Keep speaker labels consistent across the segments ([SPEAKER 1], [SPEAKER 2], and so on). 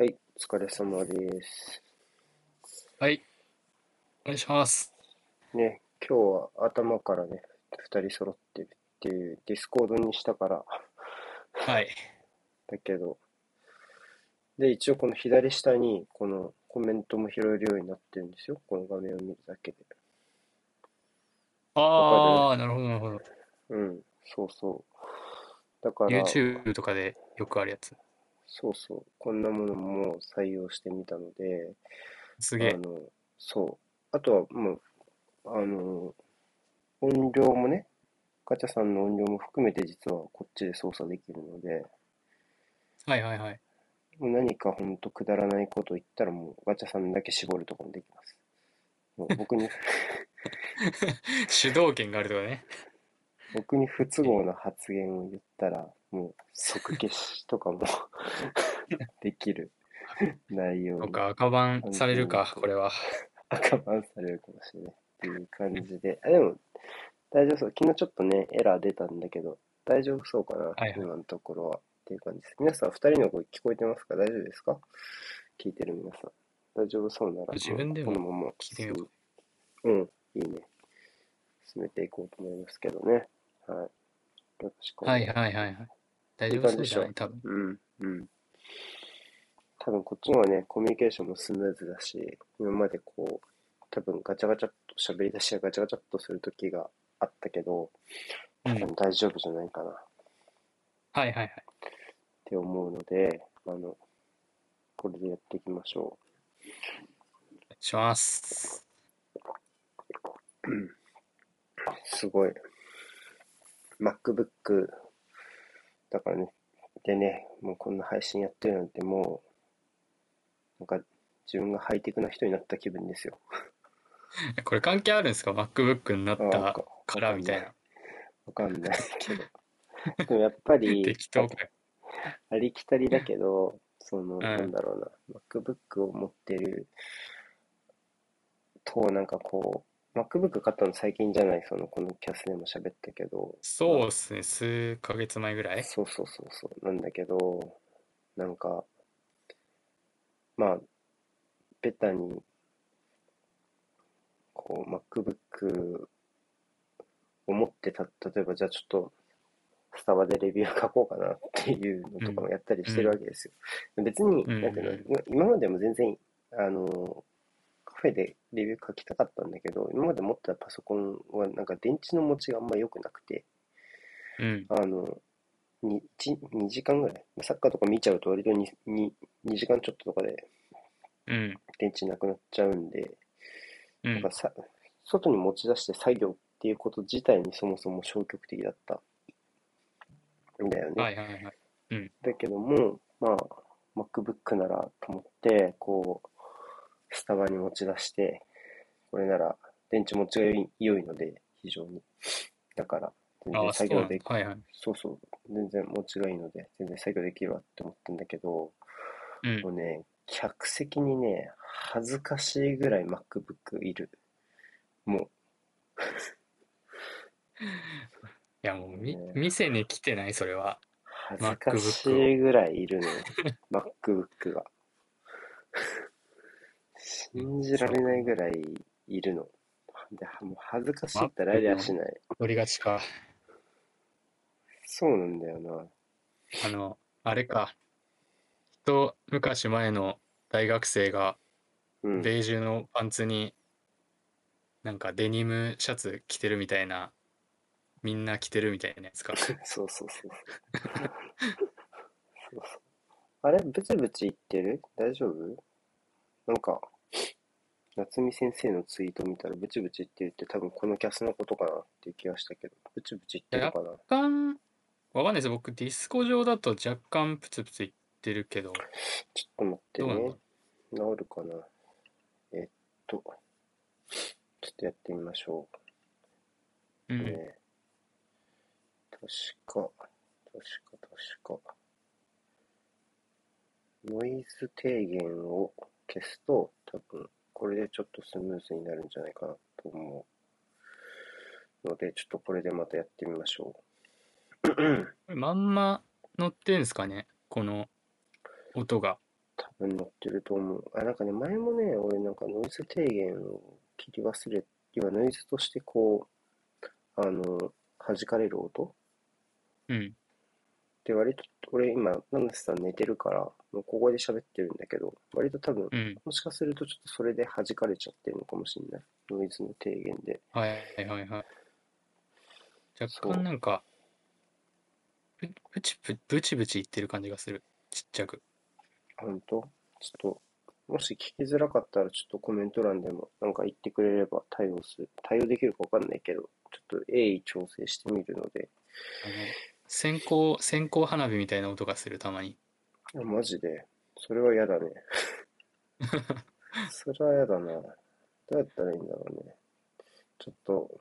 [SPEAKER 1] お疲れ様です。
[SPEAKER 2] はい。お願いします。
[SPEAKER 1] ね、今日は頭からね、二人揃ってるっていうディスコードにしたから、
[SPEAKER 2] はい。
[SPEAKER 1] だけど、で、一応この左下に、このコメントも拾えるようになってるんですよ。この画面を見るだけで。
[SPEAKER 2] ああ、なるほど、なるほど。
[SPEAKER 1] うん、そうそう。だから、
[SPEAKER 2] YouTube とかでよくあるやつ。
[SPEAKER 1] そうそう、こんなものも採用してみたので、
[SPEAKER 2] すげえ
[SPEAKER 1] あ。の、そう。あとはもう、あの、音量もね、ガチャさんの音量も含めて実はこっちで操作できるので、
[SPEAKER 2] はいはいはい。
[SPEAKER 1] もう何かほんとくだらないことを言ったらもうガチャさんだけ絞るとこもできます。もう 僕に、
[SPEAKER 2] 主導権があるとかね。
[SPEAKER 1] 僕に不都合な発言を言ったら、もう即消しとかも できる内容
[SPEAKER 2] そっ
[SPEAKER 1] に
[SPEAKER 2] か、赤番されるか、これは。
[SPEAKER 1] 赤バンされるかもしれないっていう感じで、あ、でも大丈夫そう。昨日ちょっとね、エラー出たんだけど、大丈夫そうかな、
[SPEAKER 2] いはい
[SPEAKER 1] 今のところは。っていう感じです。皆さん、二人の声聞こえてますか大丈夫ですか聞いてる皆さん。大丈夫そうなら、
[SPEAKER 2] 自分で
[SPEAKER 1] こ
[SPEAKER 2] も
[SPEAKER 1] のまま
[SPEAKER 2] 聞いてみようか
[SPEAKER 1] うん、いいね。進めていこうと思いますけどね。はい。よろしくお
[SPEAKER 2] は
[SPEAKER 1] 願い
[SPEAKER 2] い
[SPEAKER 1] します。
[SPEAKER 2] はいはいはい。大丈夫そうじゃないい多分。
[SPEAKER 1] うん、うん。多分こっちの方がね、コミュニケーションもスムーズだし、今までこう、多分ガチャガチャっと喋り出しやガチャガチャっとする時があったけど、
[SPEAKER 2] うん。
[SPEAKER 1] 多
[SPEAKER 2] はい
[SPEAKER 1] 分大丈夫じゃないかなっ
[SPEAKER 2] はいはい。
[SPEAKER 1] て思うので、あの、これでやっていきましょ
[SPEAKER 2] お願いします。
[SPEAKER 1] う。すごい。MacBook だからね、でね、もうこんな配信やってるなんてもう、なんか自分がハイテクな人になった気分ですよ。
[SPEAKER 2] これ関係あるんですか ?MacBook になっ
[SPEAKER 1] あなん
[SPEAKER 2] た
[SPEAKER 1] か
[SPEAKER 2] からみたいな。
[SPEAKER 1] わかんないけど。でもやっぱり
[SPEAKER 2] 適、当かよ。
[SPEAKER 1] ありきたりだけど、その、
[SPEAKER 2] ん
[SPEAKER 1] なんだろうな、MacBook を持ってると、なんかこう、MacBook 買ったの最近じゃない、その、このキャスでも喋ったけど、
[SPEAKER 2] そうですね。数ヶ月前ぐらい。
[SPEAKER 1] そうそうそうそう、なんだけど、なんか、まあ、ベタに、こう、MacBook を持ってた、例えばじゃあちょっと、スタバでレビュー書こうかなっていうのとかもやったりしてるわけですよ。別に、
[SPEAKER 2] うん
[SPEAKER 1] なんていうの、今までも全然、あの、カフェでレビュー書きたかったんだけど、今まで持ってたパソコンはなんか電池の持ちがあんま良くなくて、
[SPEAKER 2] うん。
[SPEAKER 1] あの、に一2時間ぐらい。サッカーとか見ちゃうと割と 2, に2時間ちょっととかで
[SPEAKER 2] うん。
[SPEAKER 1] 電池なくなっちゃうんで、
[SPEAKER 2] う
[SPEAKER 1] なん
[SPEAKER 2] ん
[SPEAKER 1] か。さ、外に持ち出して作業っていうこと自体にそもそも消極的だったんだよね。
[SPEAKER 2] はいはいはい。
[SPEAKER 1] だけども、まあ、MacBook ならと思って、こう、スタバに持ち出して、これなら電池持ちが良い良いので、非常に。だから、全然
[SPEAKER 2] ああ、そう
[SPEAKER 1] 作
[SPEAKER 2] な
[SPEAKER 1] 業
[SPEAKER 2] んだ
[SPEAKER 1] で
[SPEAKER 2] はいはい。
[SPEAKER 1] そうそう、全然持ちがいいので、全然作業できるわって思ったんだけど、
[SPEAKER 2] うん
[SPEAKER 1] も。うね、客席にね、恥ずかしいぐらい MacBook いる。も
[SPEAKER 2] いやもうみ
[SPEAKER 1] ね
[SPEAKER 2] 店に来てないそれは
[SPEAKER 1] う、恥ずかしいぐらいいるのよ、MacBook が。信じられないぐらいいるの。で、もう恥ずかしいったらありゃしない。
[SPEAKER 2] 取りがちか
[SPEAKER 1] そうなんだよな。
[SPEAKER 2] あのあれかと昔前の大学生が
[SPEAKER 1] うん。
[SPEAKER 2] ベージュのパンツになんかデニムシャツ着てるみたいなみんな着てるみたいなやつか
[SPEAKER 1] そうそうそうそう。そうそうあれブツブツ言ってる大丈夫なんか、夏美先生のツイート見たらブチブチ言ってるって多分このキャスのことかなっていう気がしたけど、ブチブチ言ってるのかな
[SPEAKER 2] 若干わかんないです僕ディスコ上だと若干プツプツいってるけど
[SPEAKER 1] ちょっと
[SPEAKER 2] ど
[SPEAKER 1] 待
[SPEAKER 2] う
[SPEAKER 1] っ
[SPEAKER 2] な
[SPEAKER 1] て
[SPEAKER 2] の
[SPEAKER 1] ね。治るかなえっと、ちょっとやってみましょ
[SPEAKER 2] う
[SPEAKER 1] う。
[SPEAKER 2] ん、
[SPEAKER 1] ね、確か、確か、確か。ノイズ低減を消すと、多分これでちょっとスムーズになるんじゃないかなと思うので、ちょっとこれでまたやってみましょう。
[SPEAKER 2] これまんま乗ってんすかねこの音が
[SPEAKER 1] 多分載ってると思う。あ、なんかね、前もね、俺なんかノイズ低減を切り忘れ、要はノイズとしてこう、あの、弾かれる音
[SPEAKER 2] うん。
[SPEAKER 1] で、割と、俺今、七瀬さん寝てるから、もうここで喋ってるんだけど、割と多分、
[SPEAKER 2] うん。
[SPEAKER 1] もしかするとちょっとそれで弾かれちゃってるのかもしれない。ノイズの低減で。
[SPEAKER 2] はいはいはいはい。
[SPEAKER 1] そ
[SPEAKER 2] 若
[SPEAKER 1] う
[SPEAKER 2] 干なんか、ぶぶちぶぶちぶちいってる感じがする。ちっちゃく。
[SPEAKER 1] 本当ちょっと、もし聞きづらかったら、ちょっとコメント欄でもなんか言ってくれれば対応する。対応できるかわかんないけど、ちょっと鋭意調整してみるので、
[SPEAKER 2] あの、線香、線香花火みたいな音がする、たまに。
[SPEAKER 1] いやマジで、それは嫌だ ね。それは嫌だな。どうやったらいいんだろうね。ちょっと、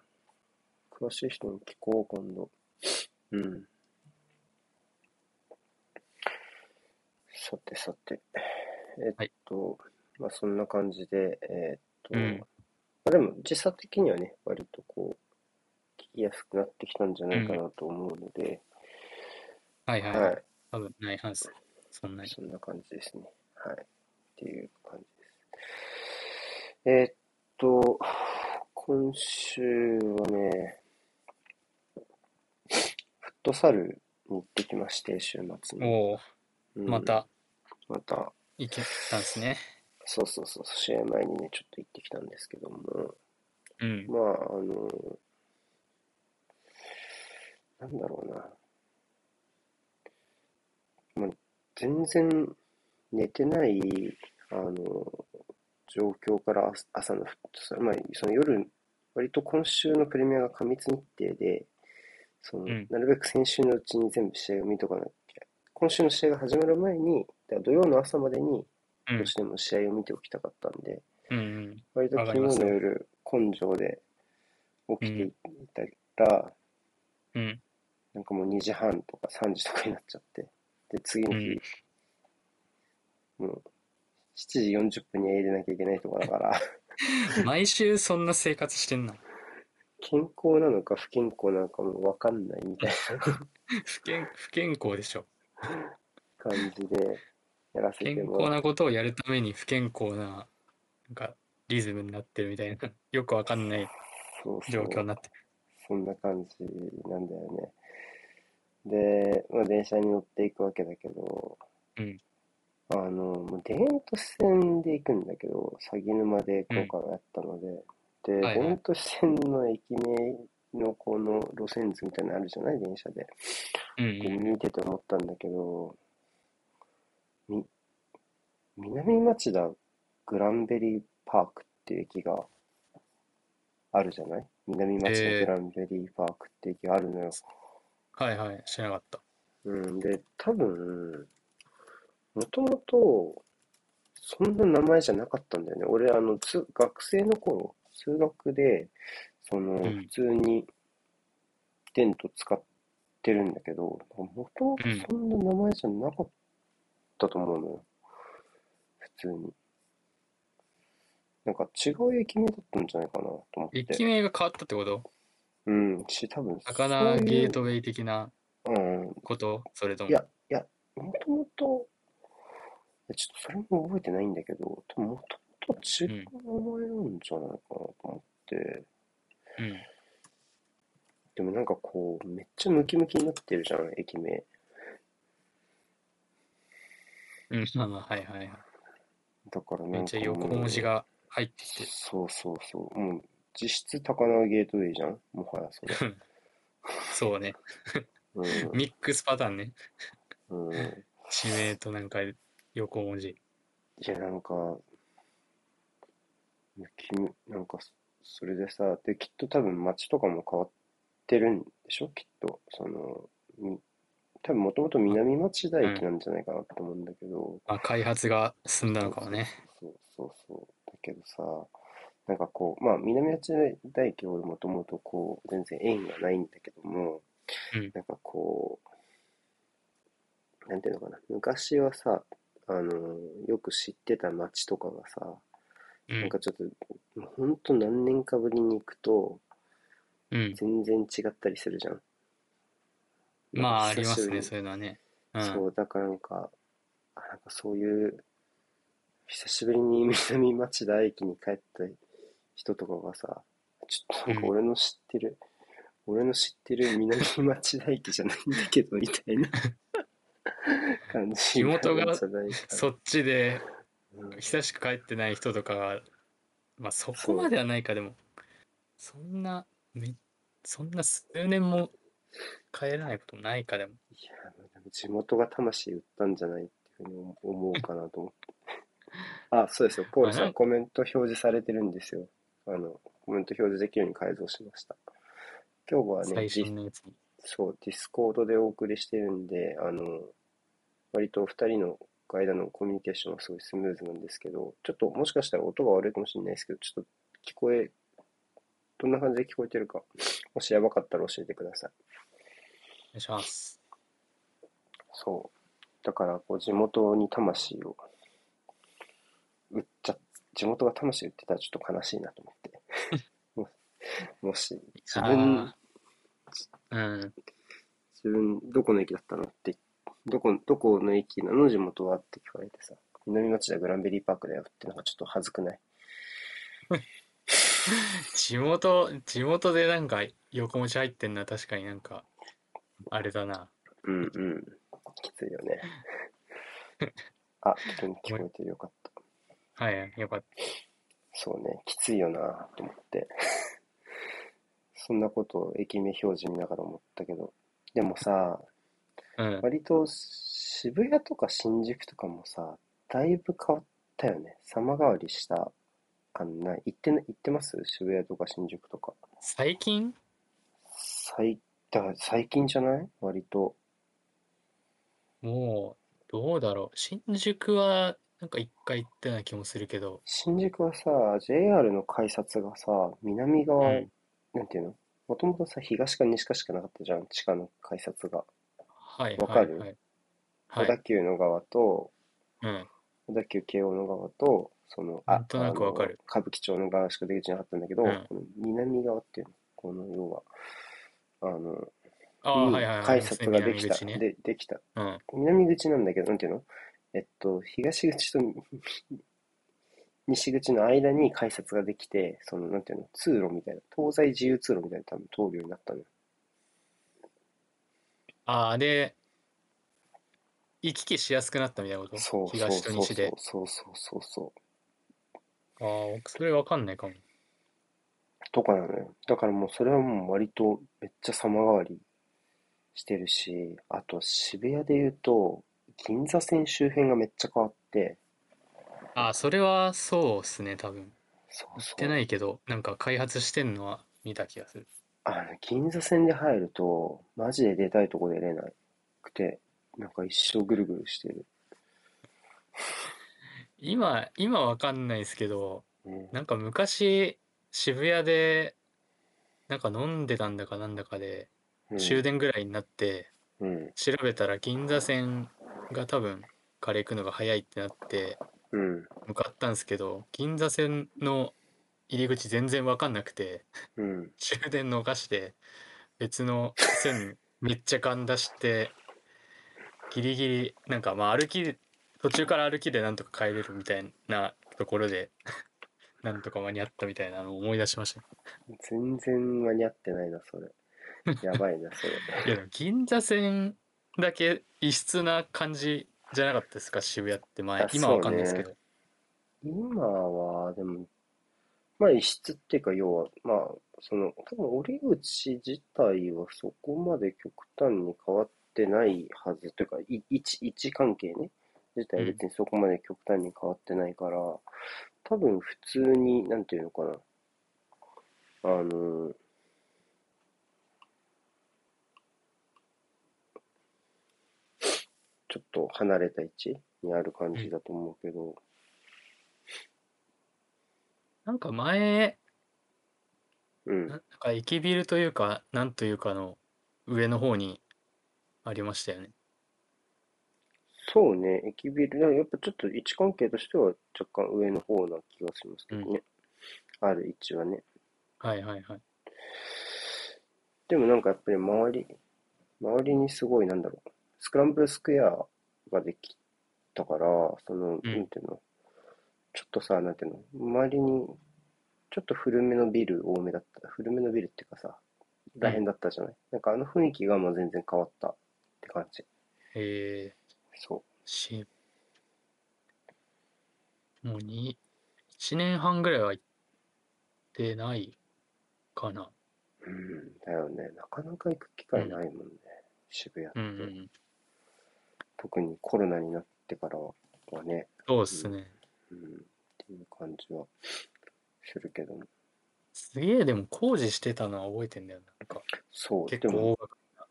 [SPEAKER 1] 詳しい人に聞こう、今度。うん。さてさて。え
[SPEAKER 2] は
[SPEAKER 1] っ
[SPEAKER 2] い
[SPEAKER 1] と、まあそんな感じで、えっと、
[SPEAKER 2] うん
[SPEAKER 1] まあでも時差的にはね、割とこう、聞きやすくなってきたんじゃないかなと思うので、
[SPEAKER 2] はいはい。
[SPEAKER 1] はい。
[SPEAKER 2] 多分ないはず。そんなに。
[SPEAKER 1] そんな感じですね。はい。っていう感じです。えーっと、今週はね、フットサルに行ってきまして、週末に。
[SPEAKER 2] おお、
[SPEAKER 1] うん
[SPEAKER 2] ま。た
[SPEAKER 1] また、
[SPEAKER 2] 行けたんですね。
[SPEAKER 1] そうそうそう、試合前にね、ちょっと行ってきたんですけども、
[SPEAKER 2] うん。
[SPEAKER 1] まあ、あの、なんだろうな。まあ、全然寝てない、あの、状況から朝朝のフットサル、まあ、その夜、割と今週のプレミアが過密日程で、その、
[SPEAKER 2] うん
[SPEAKER 1] なるべく先週のうちに全部試合を見とかなきゃ、今週の試合が始まる前に、だから土曜の朝までに、
[SPEAKER 2] う
[SPEAKER 1] ど
[SPEAKER 2] ん
[SPEAKER 1] う。しても試合を見ておきたかったんで、
[SPEAKER 2] うんうん。
[SPEAKER 1] 割と昨日の夜、根性で起きていたら、
[SPEAKER 2] うん。
[SPEAKER 1] なんかもう2時半とか3時とかになっちゃって、で、次の日、もう7時40分に家出なきゃいけないとかだ から、
[SPEAKER 2] 毎週そんな生活してんな。
[SPEAKER 1] 健康なのか不健康なのかもうわかんないみたい
[SPEAKER 2] 不健、不健康でしょ。
[SPEAKER 1] な感じでやらせて
[SPEAKER 2] 健
[SPEAKER 1] も
[SPEAKER 2] 康
[SPEAKER 1] らっ
[SPEAKER 2] なことをやるために不健康な、なんか、リズムになってるみたいな、よくわかんない
[SPEAKER 1] そうそ
[SPEAKER 2] 状
[SPEAKER 1] う
[SPEAKER 2] 況になってる。
[SPEAKER 1] そんな感じなんだよね。で、まあ、電車に乗っていくわけだけど、
[SPEAKER 2] うん
[SPEAKER 1] あの、もう田園都市線で行くんだけど、鷺沼で今回はやったので、で、
[SPEAKER 2] はいはい
[SPEAKER 1] 田園都市線の駅名のこの路線図みたいなのあるじゃない電車で。
[SPEAKER 2] うん
[SPEAKER 1] で見てて思ったんだけど、み、南町田グランベリーパークっていう駅があるじゃない南町田
[SPEAKER 2] えー
[SPEAKER 1] グランベリーパークっていう駅があるのよ。
[SPEAKER 2] うん。はいはい、知らなかった。
[SPEAKER 1] うん、で、多分、もともと、そんな名前じゃなかったんだよね。俺、あの、つ、学生の頃、数学で、その、
[SPEAKER 2] ん
[SPEAKER 1] 普通に、テント使ってるんだけど、もともと
[SPEAKER 2] うん
[SPEAKER 1] そんな名前じゃなかったと思うのよ。普通に。なんか違う駅名だったんじゃないかなと思って。
[SPEAKER 2] 駅名が変わったってこと
[SPEAKER 1] うん、し、多分、
[SPEAKER 2] 高
[SPEAKER 1] そう
[SPEAKER 2] 田
[SPEAKER 1] いう
[SPEAKER 2] ゲートウェイ的な
[SPEAKER 1] うん、
[SPEAKER 2] ことそれとも。
[SPEAKER 1] いや、いや、もともと、いやちょっとそれも覚えてないんだけど、もともと違う名前なんじゃないかなと思って、
[SPEAKER 2] うん。
[SPEAKER 1] でもなんかこう、めっちゃムキムキになってるじゃん、駅名。
[SPEAKER 2] うん、まあまあ、はいはいはい。
[SPEAKER 1] だからなんか
[SPEAKER 2] めっちゃ横
[SPEAKER 1] もう
[SPEAKER 2] 文字が入ってきて
[SPEAKER 1] そうそうそう。もう、実質高輪ゲートウェイじゃん、もはやそれ。
[SPEAKER 2] る。そうね。
[SPEAKER 1] うん
[SPEAKER 2] ミックスパターンね。
[SPEAKER 1] うん、 い
[SPEAKER 2] 地名となんか横文字。
[SPEAKER 1] や、なんか、ムキム、なんか、それでさ、で、きっと多分街とかも変わってるんでしょきっと。その、み多分もともと南町田駅なんじゃないかなと思うんだけど。
[SPEAKER 2] まあ、開発が進んだのかもね。
[SPEAKER 1] そうそうそう。だけどさ、なんかこう、まあ南町田駅は俺もともとこう、全然縁がないんだけども、
[SPEAKER 2] うん
[SPEAKER 1] なんかこう、なんていうのかな。昔はさ、あの、よく知ってた町とかがさ、
[SPEAKER 2] う
[SPEAKER 1] なん
[SPEAKER 2] ん。
[SPEAKER 1] かちょっと、ほんと何年かぶりに行くと、
[SPEAKER 2] うん。
[SPEAKER 1] 全然違ったりするじゃん。
[SPEAKER 2] まあ、あ
[SPEAKER 1] なんか
[SPEAKER 2] り
[SPEAKER 1] 久し
[SPEAKER 2] ます
[SPEAKER 1] ぶり
[SPEAKER 2] ね、
[SPEAKER 1] に
[SPEAKER 2] そういうのはね。うん。
[SPEAKER 1] そう、だからなんか、あなんかそういう久しぶりに 南町田駅に帰った人とかがさ、ちょっとなんか俺の知ってる、俺の知ってる南町田駅じゃないんだけど、みた いな感じ
[SPEAKER 2] 地元が
[SPEAKER 1] なんじゃないかな
[SPEAKER 2] そっちで
[SPEAKER 1] うん
[SPEAKER 2] 久しく帰ってない人とかがまあそこまではないかでもそんなめそんな数年も帰らないこともないかでも
[SPEAKER 1] いや、なんか地元が魂売ったんじゃないっていうふうに思うかなと思って。 あ、そうですよ。ポール
[SPEAKER 2] あ
[SPEAKER 1] さ、
[SPEAKER 2] なんん
[SPEAKER 1] コメント表示されてるんですよ。あの、コメント表示できるように改造しました。今日はね、
[SPEAKER 2] 最
[SPEAKER 1] ディ
[SPEAKER 2] 新のやつに
[SPEAKER 1] そう、ディスコードでお送りしてるんで、あの、割と2人の間のコミュニケーションはすごいスムーズなんですけど、ちょっともしかしたら音が悪いかもしれないですけど、ちょっと聞こえ、どんな感じで聞こえてるか、もしやばかったら教えてください。
[SPEAKER 2] お願いします
[SPEAKER 1] そう。だから、こう、地元に魂を、売っちゃ、地元が魂売ってたらちょっと悲しいなと思って。 ももし、自分
[SPEAKER 2] あ、ーうん
[SPEAKER 1] 自分、どこの駅だったのって、どこ、どこの駅なの地元はって聞かれてさ、南町田グランベリーパークだよってなんかちょっと恥ずくない
[SPEAKER 2] 地元地元でなんか横持ち入ってんな確かになんかあれだな
[SPEAKER 1] うんうん。きついよね。 あ、元気聞こえてるよかった。
[SPEAKER 2] はいやっぱ
[SPEAKER 1] そうね、きついよなと思って。 そんなことを駅名表示見ながら思ったけど。でもさ、
[SPEAKER 2] うん
[SPEAKER 1] 割と渋谷とか新宿とかもさ、だいぶ変わったよね。様変わりした感ない。行ってな、行ってます渋谷とか新宿とか。
[SPEAKER 2] 最近
[SPEAKER 1] 最、だから最近じゃない割と。
[SPEAKER 2] もうどうだろう新宿はなんか一回行ったような気もするけど
[SPEAKER 1] 新宿はさ、JR の改札がさ、南側、
[SPEAKER 2] うん
[SPEAKER 1] なんていうのもともとさ、東か西かしかなかったじゃん。地下の改札が。
[SPEAKER 2] はい
[SPEAKER 1] わ
[SPEAKER 2] は
[SPEAKER 1] か
[SPEAKER 2] い
[SPEAKER 1] る
[SPEAKER 2] はいは
[SPEAKER 1] 小田
[SPEAKER 2] い
[SPEAKER 1] 急の側と、
[SPEAKER 2] うん
[SPEAKER 1] 小田急慶応の側と、その、
[SPEAKER 2] なんとなくわかる
[SPEAKER 1] あの歌舞伎町の側しか出口なかったんだけど、
[SPEAKER 2] うん
[SPEAKER 1] この南側っていうの、この要は、あの、
[SPEAKER 2] ああ
[SPEAKER 1] に
[SPEAKER 2] はいはいはい
[SPEAKER 1] 改札ができ
[SPEAKER 2] 南
[SPEAKER 1] た、
[SPEAKER 2] 口ね
[SPEAKER 1] で、できた。
[SPEAKER 2] うん
[SPEAKER 1] 南口なんだけど、なんていうのえっと、東口と西口の間に改札ができて、その、なんていうの、通路みたいな、東西自由通路みたいなの多分通るようになったのよ。
[SPEAKER 2] ああで行き来しやすくなったみたいなこと
[SPEAKER 1] そうそう
[SPEAKER 2] 東と
[SPEAKER 1] そう
[SPEAKER 2] 西
[SPEAKER 1] そう
[SPEAKER 2] で
[SPEAKER 1] そうそうそうそう。
[SPEAKER 2] ああ僕それわかんないかも
[SPEAKER 1] とかなのよ。だからもうそれはもう割とめっちゃ様変わりしてるし、あと渋谷で言うと、銀座線周辺がめっちゃ変わって、
[SPEAKER 2] ああそれはそうっすね多分
[SPEAKER 1] そう
[SPEAKER 2] 行っ
[SPEAKER 1] そ
[SPEAKER 2] て
[SPEAKER 1] う。
[SPEAKER 2] ないけどなんか開発してんのは見た気がする
[SPEAKER 1] あの、銀座線で入ると、マジで出たいとこ出れなくて、なんか一生ぐるぐるしてる。
[SPEAKER 2] 今今わかんないですけど
[SPEAKER 1] ね
[SPEAKER 2] なんか昔渋谷でなんか飲んでたんだかなんだかで
[SPEAKER 1] うん、
[SPEAKER 2] 終電ぐらいになって、
[SPEAKER 1] うん、
[SPEAKER 2] 調べたら銀座線が多分から行くのが早いってなって
[SPEAKER 1] うん、
[SPEAKER 2] 向かったんですけど銀座線の入り口全然分かんなくて
[SPEAKER 1] うん。
[SPEAKER 2] 終電逃して別の線めっちゃ勘出してギリギリなんかまあ歩き途中から歩きでなんとか帰れるみたいなところでなんとか間に合ったみたいなのを思い出しました
[SPEAKER 1] 全然間に合ってないな、それ。やばいな、それ。
[SPEAKER 2] いやでも銀座線だけ異質な感じじゃなかったですか渋谷って前
[SPEAKER 1] あ
[SPEAKER 2] 今は分かんないですけ
[SPEAKER 1] そ
[SPEAKER 2] ど、
[SPEAKER 1] 今は、でも、まあ、異質っていうか、要は、まあ、その、多分、折口自体はそこまで極端に変わってないはず、というか、い位置、位置関係ね、自体
[SPEAKER 2] うん
[SPEAKER 1] 別にそこまで極端に変わってないから、多分、普通に、なんていうのかな、あの、ちょっと離れた位置にある感じだと思うけど、
[SPEAKER 2] なんか前、
[SPEAKER 1] うん。
[SPEAKER 2] ななんか駅ビルというか、なんというかの上の方にありましたよね。
[SPEAKER 1] そうね、駅ビル、やっぱちょっと位置関係としては若干上の方な気がしますけどね。ある位置はね。
[SPEAKER 2] はいはいはい。
[SPEAKER 1] でもなんかやっぱり周り、周りにすごいなんだろう、スクランブルスクエアができたから、その、
[SPEAKER 2] うん
[SPEAKER 1] なんていうの、ちょっとさ、なんていうの、周りに、ちょっと古めのビル多めだった。古めのビルっていうかさ、らへんだったじゃない。なんかあの雰囲気がもう全然変わったって感じ。
[SPEAKER 2] えー、
[SPEAKER 1] そ
[SPEAKER 2] し、もうに1年半ぐらいは行ってないかな。
[SPEAKER 1] う。うん。だよね。なかなか行く機会ないもんね。渋谷って。
[SPEAKER 2] うん、うん。
[SPEAKER 1] 特にコロナになってからはね、
[SPEAKER 2] そうっすね。
[SPEAKER 1] うん、っていう感じはするけども。
[SPEAKER 2] すげえ、でも工事してたのは覚えてんだよ。なんか、
[SPEAKER 1] そう。で
[SPEAKER 2] 結
[SPEAKER 1] も、
[SPEAKER 2] 構大掛か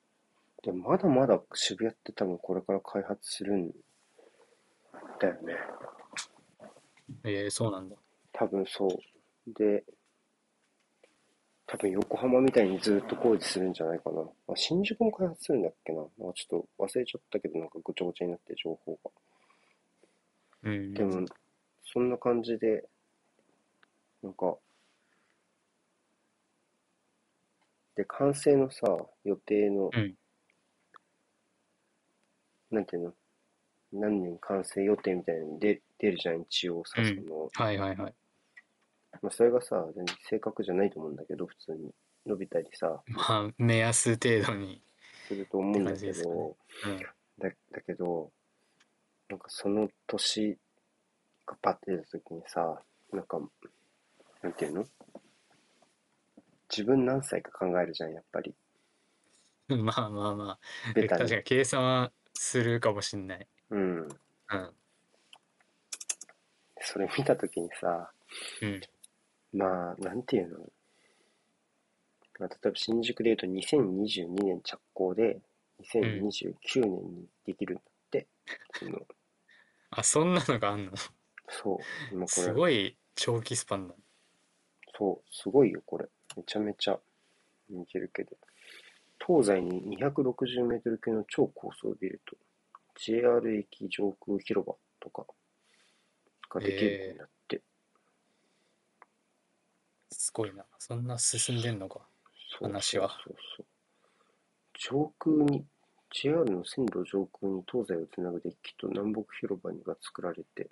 [SPEAKER 1] でもまだまだ渋谷って多分これから開発するんだよね。
[SPEAKER 2] り。えー、そうなんだ。
[SPEAKER 1] 多分そう。で、多分横浜みたいにずっと工事するんじゃないかな。あ、新宿も開発するんだっけな。なんかちょっと忘れちゃったけど、なんかごちゃごちゃになって情報が。
[SPEAKER 2] うん。
[SPEAKER 1] でも、そんな感じで、なんか、で、完成のさ、予定の、
[SPEAKER 2] うん
[SPEAKER 1] なんていうの何年完成予定みたいなので出るじゃん、一応さ、
[SPEAKER 2] う
[SPEAKER 1] そ
[SPEAKER 2] ん
[SPEAKER 1] の、
[SPEAKER 2] はいはいはい。
[SPEAKER 1] まあ、それがさ、全然正確じゃないと思うんだけど、普通に伸びたりさ、
[SPEAKER 2] まあ、目安程度に。
[SPEAKER 1] すると思うんだ
[SPEAKER 2] って
[SPEAKER 1] け
[SPEAKER 2] 感じですかね
[SPEAKER 1] ど、だだけど、なんかその年がパッて出た時にさ、なんか、なんていうの自分何歳か考えるじゃん、やっぱり。
[SPEAKER 2] うん。まあまあまあ。
[SPEAKER 1] ベタ
[SPEAKER 2] 確か
[SPEAKER 1] に。
[SPEAKER 2] に計算はするかもしんない。
[SPEAKER 1] うん。
[SPEAKER 2] うん。
[SPEAKER 1] それ見た時にさ、
[SPEAKER 2] うん。
[SPEAKER 1] まあ、なんていうのまあ例えば新宿で言うと2022年着工で、2029年にできるんだ って。その
[SPEAKER 2] あ、そんなのがあんの
[SPEAKER 1] そう。今こ
[SPEAKER 2] す
[SPEAKER 1] れ。
[SPEAKER 2] ごい長期スパンだ。
[SPEAKER 1] そう、すごいよ、これ。めちゃめちゃ似てるけど。東西に260メートル級の超高層ビルと、JR 駅上空広場とかができるんだって。
[SPEAKER 2] すごいな。そんな進んでんのか。
[SPEAKER 1] そう
[SPEAKER 2] 話は
[SPEAKER 1] そうそうそう。上空に、JR の線路上空に東西をつなぐデッキと南北広場が作られて、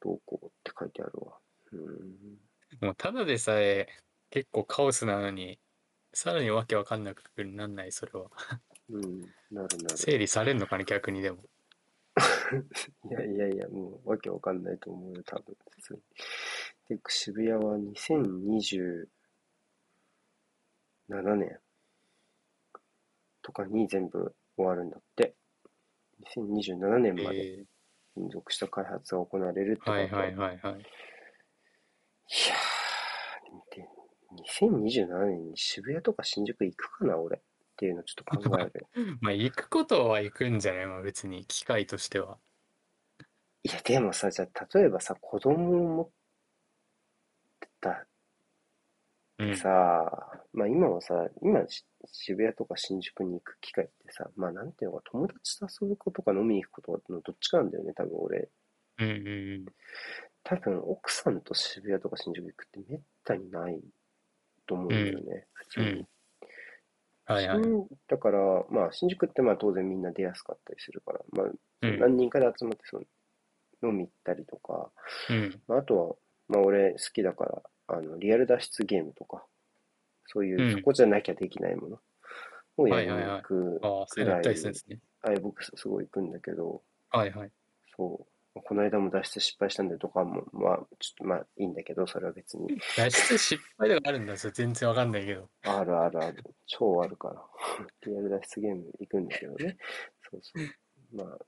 [SPEAKER 1] どうこうって書いてあるわ。うーん。
[SPEAKER 2] もうただでさえ結構カオスなのに、さらにわけわかんなくなんない、それは。
[SPEAKER 1] うん、なるなる。
[SPEAKER 2] 整理されんのかね、逆にでも。
[SPEAKER 1] いやいやいや、もうわけわかんないと思うよ、多分。普通にで、渋谷は2027年とかに全部終わるんだって。2027年まで
[SPEAKER 2] え
[SPEAKER 1] 連続した開発が行われるってこ
[SPEAKER 2] ー
[SPEAKER 1] と
[SPEAKER 2] はいはいい
[SPEAKER 1] や
[SPEAKER 2] はいはい。
[SPEAKER 1] ー、見て2027年に渋谷とか新宿行くかな、俺。っていうのをちょっと考える。
[SPEAKER 2] まあ行くことは行くんじゃないまあ別に、機会としては。
[SPEAKER 1] いや、でもさ、じゃあ、例えばさ、子供を持ってた
[SPEAKER 2] うん。
[SPEAKER 1] さあ、まあ今はさ、今し渋谷とか新宿に行く機会ってさ、まあなんていうのか、友達と遊ぶことか飲みに行くことのどっちかなんだよね、多分俺。
[SPEAKER 2] うんうんうん。
[SPEAKER 1] 多分奥さんと渋谷とか新宿行くってめったにないと思うんだよね、普通に。
[SPEAKER 2] はいはい。
[SPEAKER 1] 新だから、まあ新宿ってまあ当然みんな出やすかったりするから、まあ
[SPEAKER 2] うん。
[SPEAKER 1] 何人かで集まってその飲み行ったりとか、
[SPEAKER 2] うん。
[SPEAKER 1] まあ、あとは、まあ俺好きだから、あの、リアル脱出ゲームとか、そういうう、
[SPEAKER 2] ん
[SPEAKER 1] そこじゃなきゃできないものをやりに行く
[SPEAKER 2] ああ、そ
[SPEAKER 1] ぐ
[SPEAKER 2] れや
[SPEAKER 1] ら
[SPEAKER 2] っ
[SPEAKER 1] い
[SPEAKER 2] たりするんですね。
[SPEAKER 1] あれ僕すごい行くんだけど、
[SPEAKER 2] はいはい。
[SPEAKER 1] そう、この間も脱出失敗したんでとかも、まあ、ちょっとまあいいんだけど、それは別に。
[SPEAKER 2] 脱出失敗とかあるんだ、それ全然わかんないけど。
[SPEAKER 1] あるあるある。超あるから。リアル脱出ゲーム行くんだけどね。そうそう。まあ。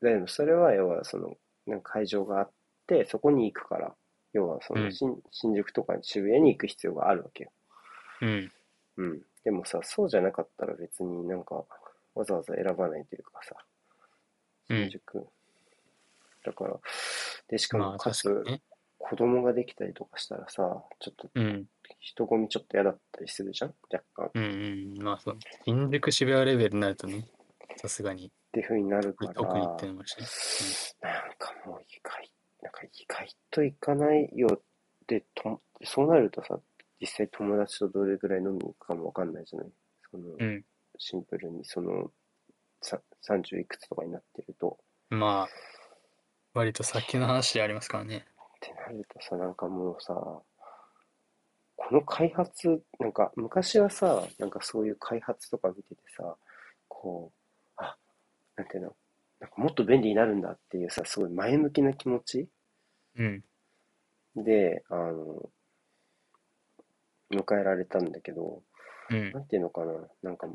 [SPEAKER 1] でもそれは要はその、なんか会場があって、そこに行くから、要はその
[SPEAKER 2] うん
[SPEAKER 1] 新、新宿とか渋谷に行く必要があるわけよ。
[SPEAKER 2] うん。
[SPEAKER 1] うん。でもさ、そうじゃなかったら別になんか、わざわざ選ばないというかさ、
[SPEAKER 2] うん
[SPEAKER 1] 新宿。だから、で、しか
[SPEAKER 2] ま
[SPEAKER 1] も
[SPEAKER 2] あ
[SPEAKER 1] か
[SPEAKER 2] 確かに
[SPEAKER 1] つ、
[SPEAKER 2] ね。
[SPEAKER 1] 子供ができたりとかしたらさ、ちょっと
[SPEAKER 2] うん。
[SPEAKER 1] 人混みちょっと嫌だったりするじゃん若干。
[SPEAKER 2] うんうん。まあそう。新宿渋谷レベルになるとね、さすがに。
[SPEAKER 1] っていう風になるから、
[SPEAKER 2] 特にって
[SPEAKER 1] なん
[SPEAKER 2] のもしてね。
[SPEAKER 1] かもう意外、なんか意外と行かないよでと、そうなるとさ、実際友達とどれぐらい飲みに行くかもわかんないじゃないその、
[SPEAKER 2] うん。
[SPEAKER 1] シンプルにその、さ30いくつとかになってると、
[SPEAKER 2] まあ、割と先の話でありますからね。
[SPEAKER 1] ってなるとさ、なんかもうさ、この開発、なんか昔はさ、なんかそういう開発とか見ててさ、こう、あ、なんていうの、なんかもっと便利になるんだっていうさ、すごい前向きな気持ち
[SPEAKER 2] うん。
[SPEAKER 1] で、あの、迎えられたんだけど、
[SPEAKER 2] うん
[SPEAKER 1] な。んていうのかな、なんか、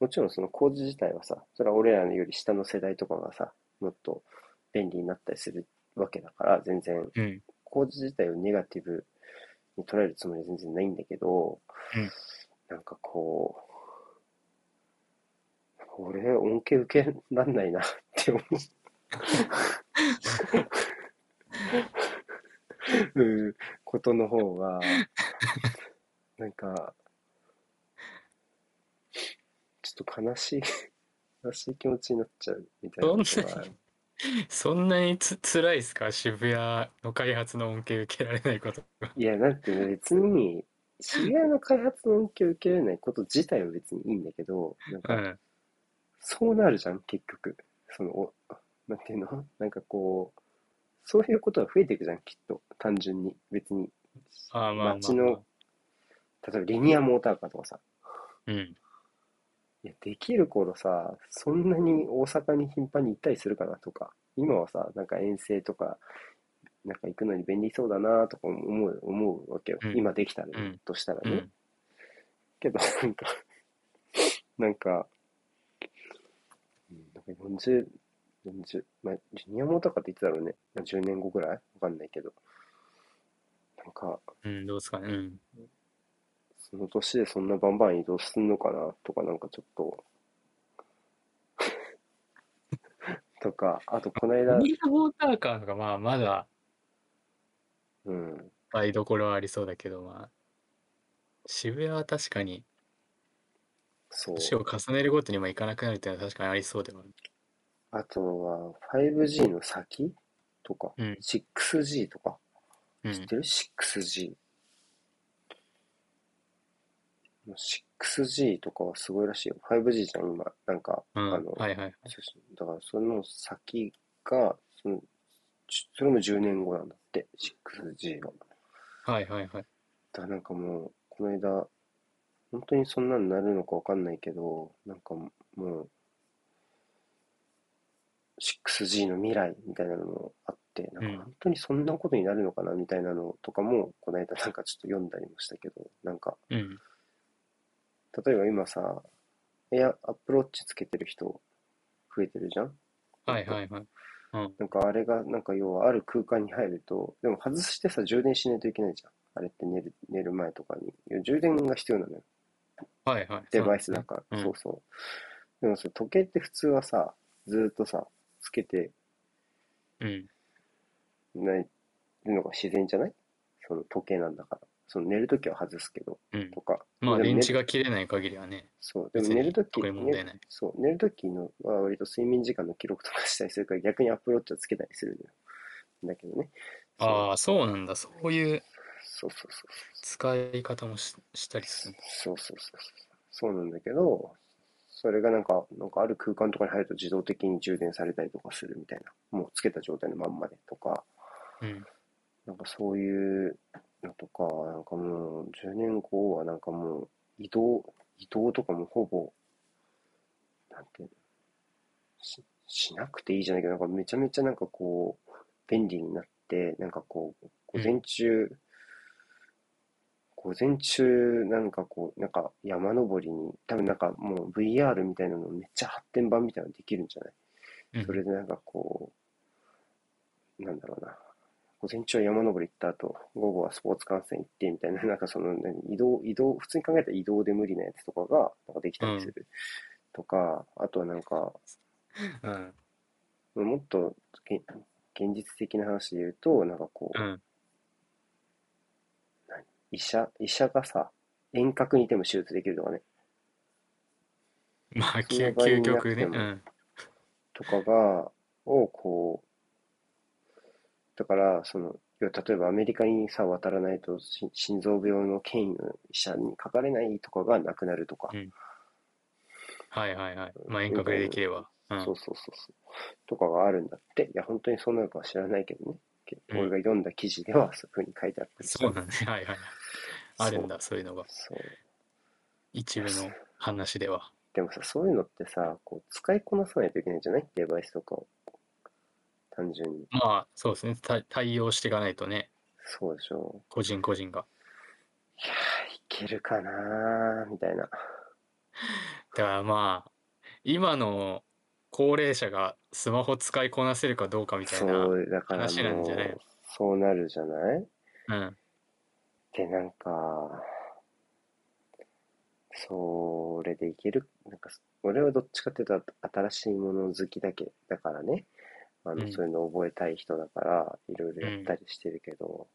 [SPEAKER 1] もちろんその工事自体はさ、それは俺らより下の世代とかがさ、もっと便利になったりするわけだから、全然
[SPEAKER 2] うん。
[SPEAKER 1] 工事自体をネガティブに捉えるつもりは全然ないんだけど、
[SPEAKER 2] うん
[SPEAKER 1] なんかこう、なんか俺、恩恵受けらんないなって思ううんことの方が、なんか、ちょっと悲しい、悲しい気持ちになっちゃうみたいなことがある。
[SPEAKER 2] そんなにつ辛いですか渋谷の開発の恩恵受けられないことが。
[SPEAKER 1] いや、なんていうの、別に、渋谷の開発の恩恵を受けられないこと自体は別にいいんだけど、なん
[SPEAKER 2] う
[SPEAKER 1] か、
[SPEAKER 2] ん。
[SPEAKER 1] そうなるじゃん、結局。その、おなんていうのなんかこう、そういうことが増えていくじゃん、きっと。単純に。別に。
[SPEAKER 2] あーまあまあ、まあ。
[SPEAKER 1] 街の、例えばリニアモーターカーとかさ。
[SPEAKER 2] うん。
[SPEAKER 1] いや、できる頃さ、そんなに大阪に頻繁に行ったりするかなとか。今はさ、なんか遠征とか、なんか行くのに便利そうだなとか思う、思うわけよ。
[SPEAKER 2] うん
[SPEAKER 1] 今できたら
[SPEAKER 2] うん
[SPEAKER 1] としたら
[SPEAKER 2] う
[SPEAKER 1] ね。
[SPEAKER 2] ん。
[SPEAKER 1] けどなんかなんかうんなんか4040まあジュニアモーターカーっていつだろうね、まあ、10年後ぐらいわかんないけどなんか
[SPEAKER 2] うん、どうですかね。うん。
[SPEAKER 1] その年でそんなバンバン移動すんのかなとかなんかちょっと とかあとこの間
[SPEAKER 2] ミーモーターカーとか、まあ、まだ、
[SPEAKER 1] うん
[SPEAKER 2] 買いどころはありそうだけど、まあ、渋谷は確かに、
[SPEAKER 1] そう
[SPEAKER 2] 年を重ねるごとにも行かなくなるっていうのは確かにありそうでもある。
[SPEAKER 1] あとは 5G の先とか
[SPEAKER 2] うん。
[SPEAKER 1] 6G とか
[SPEAKER 2] う
[SPEAKER 1] 知っ
[SPEAKER 2] ん。
[SPEAKER 1] てる ?6G。もう 6G とかはすごいらしいよ。5G じゃん、今。なんか、
[SPEAKER 2] うん
[SPEAKER 1] あの、
[SPEAKER 2] はいはい。
[SPEAKER 1] そうそうだからその先が、その、ちそれも10年後なんだって、6G は。
[SPEAKER 2] はいはいはい。
[SPEAKER 1] だからなんかもう、この間、本当にそんなになるのかわかんないけど、なんかもう、6G の未来みたいなのもあって、なん
[SPEAKER 2] うん
[SPEAKER 1] か本当にそんなことになるのかなみたいなのとかも、この間なんかちょっと読んだりもしたけど、なんか、
[SPEAKER 2] うん。
[SPEAKER 1] 例えば今さ、エア、アップローチつけてる人、増えてるじゃん
[SPEAKER 2] はいはいはい。
[SPEAKER 1] なんかあれが、なんか要はある空間に入ると、でも外してさ、充電しないといけないじゃん。あれって寝る、寝る前とかに。いや充電が必要なのよ。
[SPEAKER 2] はいはい。
[SPEAKER 1] デバイスだ
[SPEAKER 2] か
[SPEAKER 1] から、
[SPEAKER 2] うん
[SPEAKER 1] そうそう。でもそれ時計って普通はさ、ずーっとさ、つけて
[SPEAKER 2] ら。うん。
[SPEAKER 1] ないのが自然じゃないその時計なんだから。その寝るときは外すけど、
[SPEAKER 2] うん
[SPEAKER 1] と。か。
[SPEAKER 2] まあ、
[SPEAKER 1] でもね
[SPEAKER 2] 電池が切れない限りはね。
[SPEAKER 1] そう。でも
[SPEAKER 2] 別に
[SPEAKER 1] 寝るとき、
[SPEAKER 2] 特に問題ない
[SPEAKER 1] ねそう、寝るときのは割と睡眠時間の記録とかしたりするから、逆にアップローチはつけたりするんだよ。だけどね。そう
[SPEAKER 2] ああ、そうなんだ。そういう
[SPEAKER 1] そうそうそうそう。
[SPEAKER 2] 使い方もししたりする。
[SPEAKER 1] そうそうそうそう。そうなんだけど、それがなんか、なんかある空間とかに入ると自動的に充電されたりとかするみたいな。もうつけた状態のまんまでとか、
[SPEAKER 2] うん。
[SPEAKER 1] なんかそういうのとか、なんかもう10年後はなんかもう移動、移動とかもほぼ、なんていうのし、しなくていいじゃないけど、なんかめちゃめちゃなんかこう、便利になって、なんかこう、午前中、午前中、なんかこう、なんか山登りに、多分なんかもう VR みたいなのめっちゃ発展版みたいなのできるんじゃない
[SPEAKER 2] うん
[SPEAKER 1] それでなんかこう、なんだろうな、午前中は山登り行った後、午後はスポーツ観戦行ってみたいな、 なんかその何移動、移動、普通に考えたら移動で無理なやつとかが、なんかできたりするとか、あとはなんか、
[SPEAKER 2] うん。
[SPEAKER 1] もっとげ現実的な話で言うと、なんかこう
[SPEAKER 2] う、ん。
[SPEAKER 1] 医者、医者がさ、遠隔にいても手術できるとかね、
[SPEAKER 2] まあ、
[SPEAKER 1] その
[SPEAKER 2] 究
[SPEAKER 1] 場合
[SPEAKER 2] 究
[SPEAKER 1] になく
[SPEAKER 2] 極ね。
[SPEAKER 1] て
[SPEAKER 2] う
[SPEAKER 1] も
[SPEAKER 2] ん。
[SPEAKER 1] とかが、をこう、だから、その、要は例えばアメリカにさ、渡らないとし心臓病の権威の医者にかかれないとかがなくなるとか、
[SPEAKER 2] はいはいはい。まあ、遠隔でできれば。うん
[SPEAKER 1] そうそうそうそう。とかがあるんだって。いや、本当にそうなのかは知らないけどね。け
[SPEAKER 2] うん
[SPEAKER 1] 俺が読んだ記事ではそういうふうに書いてあったりした
[SPEAKER 2] そうなんですね。はいはいはい。あるんだ、そういうのが。
[SPEAKER 1] そう。
[SPEAKER 2] 一部の話では。
[SPEAKER 1] でもさ、そういうのってさ、こう、使いこなさないといけないんじゃないデバイスとかを。単純に。
[SPEAKER 2] まあ、そうですね。た対応していかないとね、
[SPEAKER 1] そうでしょ
[SPEAKER 2] 個人個人が。
[SPEAKER 1] いやー、いけるかなー、みたいな。
[SPEAKER 2] だからまあ、今の高齢者がスマホ使いこなせるかどうかみたいな。
[SPEAKER 1] そう、だから
[SPEAKER 2] 話なん
[SPEAKER 1] も、
[SPEAKER 2] じゃないう
[SPEAKER 1] そうなるじゃない
[SPEAKER 2] うん。
[SPEAKER 1] で、なんか、それでいけるなんか、俺はどっちかっていうと新しいもの好きだけだからね、あの、
[SPEAKER 2] うん
[SPEAKER 1] そういうの覚えたい人だから、いろいろやったりしてるけど、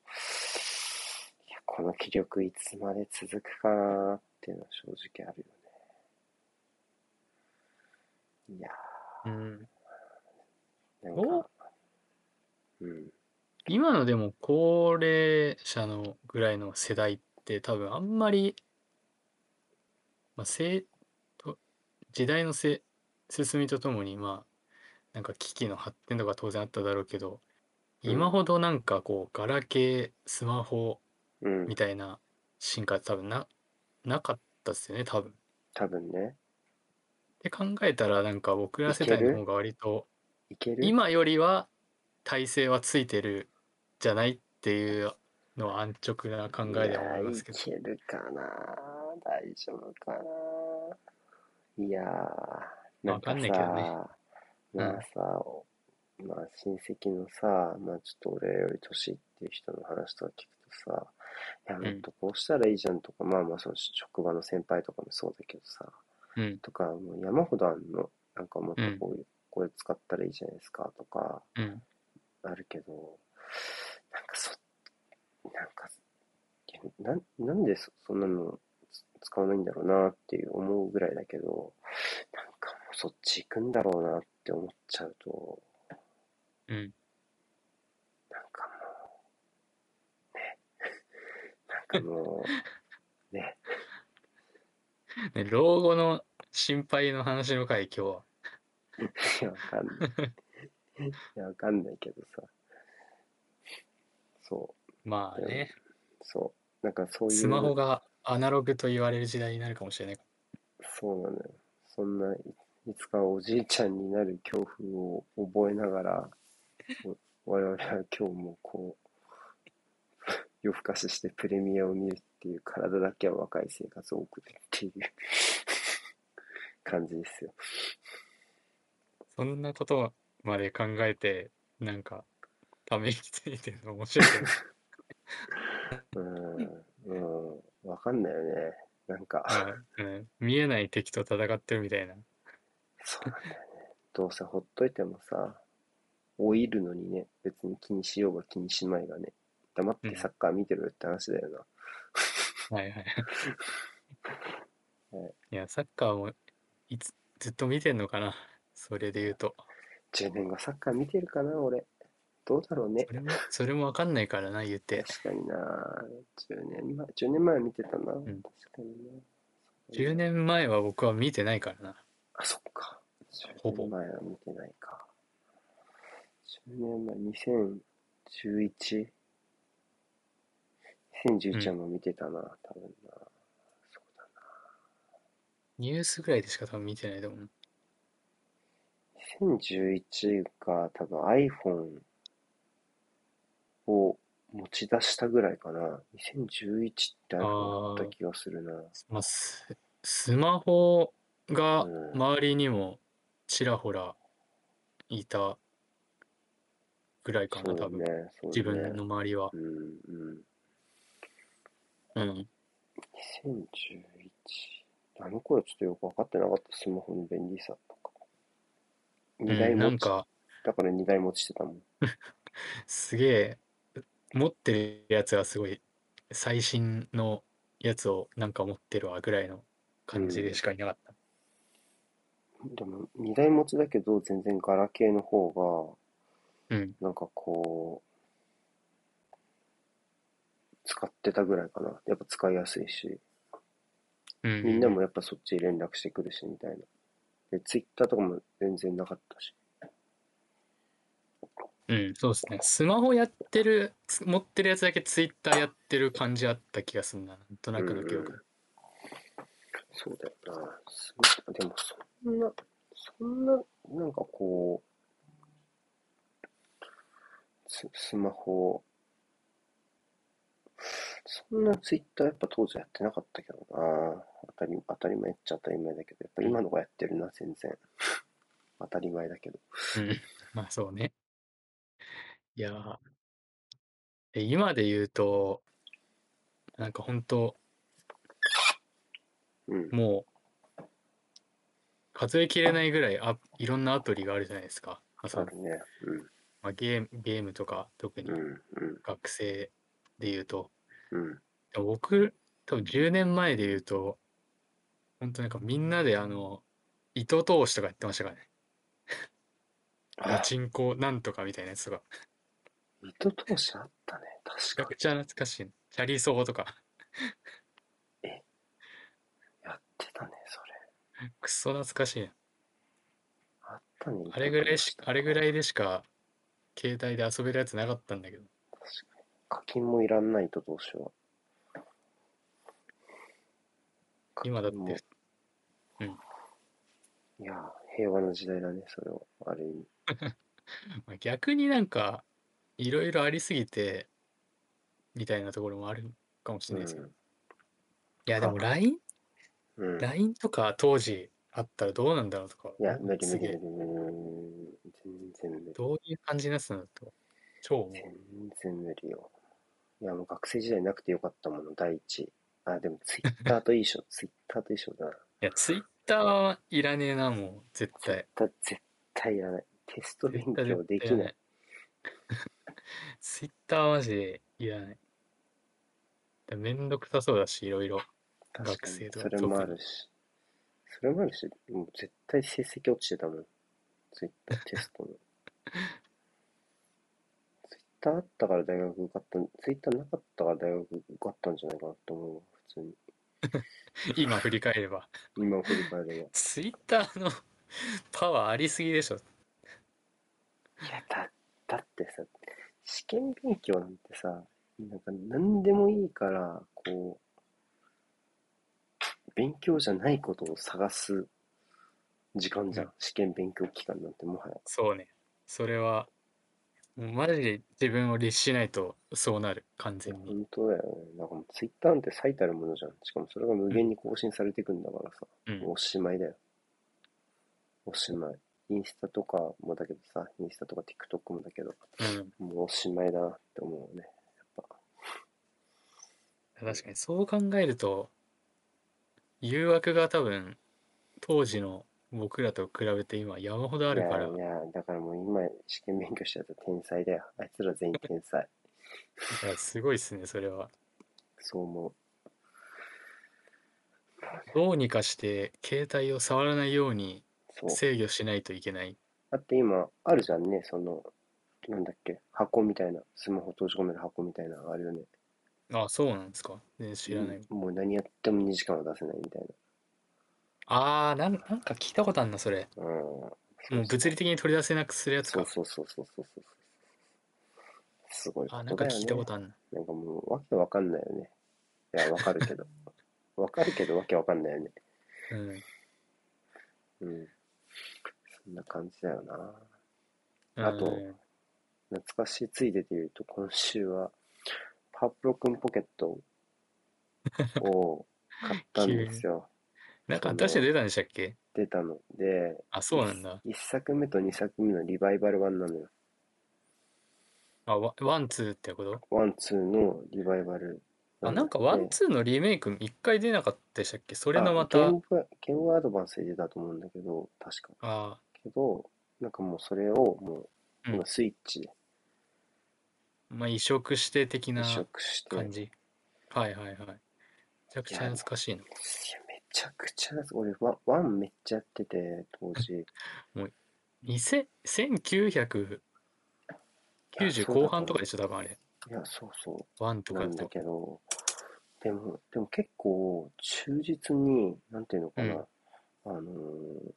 [SPEAKER 1] いや、この気力いつまで続くかなっていうのは正直あるよね。いや
[SPEAKER 2] うん、
[SPEAKER 1] ー、なん
[SPEAKER 2] お
[SPEAKER 1] か、うん。
[SPEAKER 2] 今のでも高齢者のぐらいの世代って多分あんまり、まあ、せいと時代のせ進みとともにまあなんか機器の発展とか当然あっただろうけど
[SPEAKER 1] うん
[SPEAKER 2] 今ほどなんかこうガラケースマホ
[SPEAKER 1] うん
[SPEAKER 2] み。たいな進化って多分ななかったっすよね多分。
[SPEAKER 1] 多分ね、
[SPEAKER 2] で考えたらなんか僕ら世代の方が割と
[SPEAKER 1] いける
[SPEAKER 2] 今よりは体勢はついてるじゃないっていうのは安直な考えでは思いますけど
[SPEAKER 1] いやーいけるかな大丈夫かないやー
[SPEAKER 2] わかんないけどねうん
[SPEAKER 1] まあさ、まあ親戚のさ、まあちょっと俺より年いっていう人の話とか聞くとさ、いや、
[SPEAKER 2] ん
[SPEAKER 1] もっとこうしたらいいじゃんとか、まあまあその職場の先輩とかもそうだけどさ、
[SPEAKER 2] うん
[SPEAKER 1] とか、もう山ほどあんの、なんかもっとこういう、これ使ったらいいじゃないですかとか、
[SPEAKER 2] うん
[SPEAKER 1] あるけど、なんかそ、なんか、いやなんなんでそそんなのつ使わないんだろうなっていう思うぐらいだけど、なんかもうそっち行くんだろうなって思っちゃうと、
[SPEAKER 2] うん
[SPEAKER 1] なんかもう、ね、なんかも う、ね、
[SPEAKER 2] ね老後の心配の話の回今日はい
[SPEAKER 1] や、わかんない。いや、わかんないけどさ、そう、
[SPEAKER 2] まあね
[SPEAKER 1] そう、なんかそういう。
[SPEAKER 2] スマホがアナログと言われる時代になるかもしれない
[SPEAKER 1] そうなのよ。そんない、いつかおじいちゃんになる恐怖を覚えながら、お我々は今日もこう、 夜更かししてプレミアを見るっていう体だけは若い生活を送るっていう 感じですよ。
[SPEAKER 2] そんなことまで考えてなんかため息ついてるの面白いけ ど
[SPEAKER 1] うん、うん、わかんないよね。なんか、
[SPEAKER 2] まあうん見えない敵と戦ってるみたいな
[SPEAKER 1] そうなんだよね。どうせほっといてもさ、老いるのにね、別に気にしようが気にしまいがね、黙ってサッカー見てるって話だよな。
[SPEAKER 2] はいはい
[SPEAKER 1] はい。
[SPEAKER 2] いや、サッカーもいつずっと見てんのかな。それで言うと。
[SPEAKER 1] 10年後サッカー見てるかな俺どうだろうね
[SPEAKER 2] それも、それもわかんないからな、言って。
[SPEAKER 1] 確かにな10年前10年前は見てたな、確
[SPEAKER 2] ん
[SPEAKER 1] かにな
[SPEAKER 2] 10年前は僕は見てないからな。
[SPEAKER 1] あそっか
[SPEAKER 2] ほ
[SPEAKER 1] 10
[SPEAKER 2] ぼ
[SPEAKER 1] 年前は見てないか10年前 2011?2011 はもう見てたな、多分なそうだ
[SPEAKER 2] ニュースぐらいでしか多分見てないと思う。
[SPEAKER 1] な2011が多分 iPhone を持ち出したぐらいかな2011って
[SPEAKER 2] あ
[SPEAKER 1] iPhone
[SPEAKER 2] ー
[SPEAKER 1] だった気がするな
[SPEAKER 2] まあ、ススマホが
[SPEAKER 1] うん
[SPEAKER 2] 周りにもちらほらいたぐらいか
[SPEAKER 1] そ
[SPEAKER 2] な、
[SPEAKER 1] う
[SPEAKER 2] 多
[SPEAKER 1] ね
[SPEAKER 2] 分。、
[SPEAKER 1] そう
[SPEAKER 2] 自
[SPEAKER 1] ね
[SPEAKER 2] 分の。周りは
[SPEAKER 1] う。んうん。
[SPEAKER 2] う
[SPEAKER 1] 2011。
[SPEAKER 2] ん。
[SPEAKER 1] あの頃ちょっとよく分かってなかった、スマホの便利さとか。
[SPEAKER 2] う
[SPEAKER 1] 二台
[SPEAKER 2] ん、
[SPEAKER 1] 持ち、
[SPEAKER 2] なんか、
[SPEAKER 1] だから二台持ちしてたもん。
[SPEAKER 2] すげえ持ってるやつはすごい最新のやつをなんか持ってるわぐらいの感じでしかいなかった。
[SPEAKER 1] でも、二台持ちだけど、全然ガラケーの方
[SPEAKER 2] うん。
[SPEAKER 1] が、なんかこう、使ってたぐらいかな。やっぱ使いやすいし、
[SPEAKER 2] うん。
[SPEAKER 1] みんなもやっぱそっち連絡してくるし、みたいな。で、ツイッターとかも全然なかったし。
[SPEAKER 2] うん、そうですね。スマホやってる、つ持ってるやつだけツイッターやってる感じあった気がするな。なんとなくの記憶。
[SPEAKER 1] そうだよな。すごいでも、そんな、そんな、なんかこう、ススマホ、そんなツイッターやっぱ当時はやってなかったけどな。当たり当たり前っちゃ当たり前だけど、やっぱ今のがやってるな、全然。当たり前だけど。
[SPEAKER 2] うん まあそうね。いやーえ今で言うと、なんか本当
[SPEAKER 1] うん。
[SPEAKER 2] もう、数えきれないぐらいあいろんなアプリがあるじゃないですか。まあそ
[SPEAKER 1] あ
[SPEAKER 2] の
[SPEAKER 1] るね。
[SPEAKER 2] まあ、ゲームゲームとか、特に
[SPEAKER 1] うん。うん。うん
[SPEAKER 2] 学生で言うと、。
[SPEAKER 1] うん。
[SPEAKER 2] でも僕、多分10年前で言うと、本当なんかみんなであの、糸通しとかやってましたからね。あの
[SPEAKER 1] あ、
[SPEAKER 2] 人工なんとかみたいなやつとか。
[SPEAKER 1] 糸通しあったね。確
[SPEAKER 2] めち
[SPEAKER 1] か
[SPEAKER 2] ゃくちゃ懐かしい。チャリソーとか。
[SPEAKER 1] に。やってたね、それ。
[SPEAKER 2] くそ懐かしいな。
[SPEAKER 1] あったね。
[SPEAKER 2] あれぐらい
[SPEAKER 1] 糸通
[SPEAKER 2] し、あれぐ
[SPEAKER 1] い
[SPEAKER 2] らいでしか、携帯で遊べるやつなかったんだけど。
[SPEAKER 1] 確かに課金もいらんないとどうしよう。
[SPEAKER 2] 今だっ
[SPEAKER 1] 課金も
[SPEAKER 2] て、
[SPEAKER 1] いやー、平和な時代だね、それは。ある意味。
[SPEAKER 2] まあ逆になんか、いろいろありすぎて、みたいなところもあるかもしれないですけど。いや、でも LINE?
[SPEAKER 1] うん。うん、
[SPEAKER 2] LINE とか当時あったらどうなんだろうとか。
[SPEAKER 1] いや、無理無
[SPEAKER 2] す
[SPEAKER 1] 理
[SPEAKER 2] げ
[SPEAKER 1] 無理
[SPEAKER 2] え。
[SPEAKER 1] 無理無理。全然無理。
[SPEAKER 2] どういう感じになってたんだと。超思う。
[SPEAKER 1] 全然無理よ。いや、もう学生時代なくてよかったもの、第一。あ、でもツイッターと一 緒、ツイッターと一緒だな。
[SPEAKER 2] いや、ツイッターはいらねえな、もう、絶対。
[SPEAKER 1] だ絶対いらない。テスト
[SPEAKER 2] ツイ
[SPEAKER 1] 勉
[SPEAKER 2] ッター
[SPEAKER 1] 強
[SPEAKER 2] 絶
[SPEAKER 1] で
[SPEAKER 2] 対
[SPEAKER 1] き
[SPEAKER 2] いら
[SPEAKER 1] な
[SPEAKER 2] ないい。。ツイッターはマジでいらない。だめんどくさそうだし、いろいろ。
[SPEAKER 1] 確
[SPEAKER 2] 学
[SPEAKER 1] かに
[SPEAKER 2] 生。とか
[SPEAKER 1] それもあるし。それもあるし、もう絶対成績落ちてたもん。ツイッターテストの。ツイッターあったから大学受かったん、ツイッターなかったから大学受かったんじゃないかなと思うわ、普通に。
[SPEAKER 2] 今振り返れば。
[SPEAKER 1] 今振り返れば。
[SPEAKER 2] ツイッターのパワーありすぎでしょ。
[SPEAKER 1] いや、だ、だってさ、試験勉強なんてさ、なんか何でもいいから、こう、勉強じゃないことを探す時間じゃん。試験勉強期間なんてもはや。
[SPEAKER 2] そうね。それは、もうマジで自分を律しないとそうなる、完
[SPEAKER 1] いや
[SPEAKER 2] 全に。
[SPEAKER 1] 本当だよね。なんかもうツイッターなんて最たるものじゃん。しかもそれが無限に更新されていくんだからさ、
[SPEAKER 2] うん
[SPEAKER 1] もうおしまいだよ。おしまい。インスタとかもだけどさ、インスタとか TikTok もだけど、
[SPEAKER 2] うん。
[SPEAKER 1] もうおしまいだなって思うね。やっぱ。
[SPEAKER 2] 確かに、そう考えると、誘惑が多分、当時の僕らと比べて今山ほどあ
[SPEAKER 1] いや
[SPEAKER 2] るか
[SPEAKER 1] い、
[SPEAKER 2] ら
[SPEAKER 1] や、だからもう今試験勉強してた天才だよ。あいつら全員天才。
[SPEAKER 2] いや、すごいっすね、それは。
[SPEAKER 1] そう思
[SPEAKER 2] どうにかして、携帯を触らないように
[SPEAKER 1] う。そう。
[SPEAKER 2] 制御しないといけない。
[SPEAKER 1] だって今、あるじゃんね、その、なんだっけ、箱みたいな、スマホ閉じ込める箱みたいなのがあるよね。
[SPEAKER 2] あ、そうなんですか。全然知らない。
[SPEAKER 1] もう何やっても2時間は出せないみたいな。
[SPEAKER 2] あーなん、なんか聞いたことあんな、それ。
[SPEAKER 1] うんも
[SPEAKER 2] もう物理的に取り出せなくするやつ
[SPEAKER 1] そう
[SPEAKER 2] か。
[SPEAKER 1] そうそうそうそうそうそうすごいこ
[SPEAKER 2] あ、なん
[SPEAKER 1] と
[SPEAKER 2] か
[SPEAKER 1] だよ
[SPEAKER 2] 聞いたこ
[SPEAKER 1] ね
[SPEAKER 2] とあんな。
[SPEAKER 1] なんかもうわけわかんないよねいやわかる けどわかるけどわけわかんないよね
[SPEAKER 2] うん。
[SPEAKER 1] うんそんな感じだよなあと
[SPEAKER 2] うん
[SPEAKER 1] 懐かしいついでで言うと今週はパープロくんポケット を買ったんですよ
[SPEAKER 2] なんか
[SPEAKER 1] その
[SPEAKER 2] 新しいの出たんでしたっけ
[SPEAKER 1] 出たので
[SPEAKER 2] あ、そうなんだ。
[SPEAKER 1] 1作目と2作目のリバイバル版なのよ
[SPEAKER 2] あ、ワワン、ツーってこと
[SPEAKER 1] ワンツーのリバイバル
[SPEAKER 2] あ、なんか
[SPEAKER 1] だ
[SPEAKER 2] ワ
[SPEAKER 1] って
[SPEAKER 2] ン、ツーのリメイク一回出なかったでしたっけそれのま
[SPEAKER 1] あゲ
[SPEAKER 2] た
[SPEAKER 1] ー、ムボーイゲームボーイアドバンスで出たと思うんだけど、確か。
[SPEAKER 2] あ
[SPEAKER 1] けど、なんかもうそれをも
[SPEAKER 2] う
[SPEAKER 1] う、
[SPEAKER 2] ん
[SPEAKER 1] 今スイッチで
[SPEAKER 2] まあ移植して的
[SPEAKER 1] 移
[SPEAKER 2] な
[SPEAKER 1] 植して、
[SPEAKER 2] 感じ。はいはいはい。めちゃくちゃ
[SPEAKER 1] いや
[SPEAKER 2] 懐かしいな。
[SPEAKER 1] いやめちゃくちゃ、俺ワ、ワンめっちゃやってて、当時。
[SPEAKER 2] 2000 1990後半とかでしょ、多分あれ。
[SPEAKER 1] いや、そうそ
[SPEAKER 2] ワンと
[SPEAKER 1] う、
[SPEAKER 2] か
[SPEAKER 1] な
[SPEAKER 2] だ
[SPEAKER 1] んだ
[SPEAKER 2] と。
[SPEAKER 1] けど、でも、でも結構、忠実に、なんていうのかな、
[SPEAKER 2] うん
[SPEAKER 1] あのー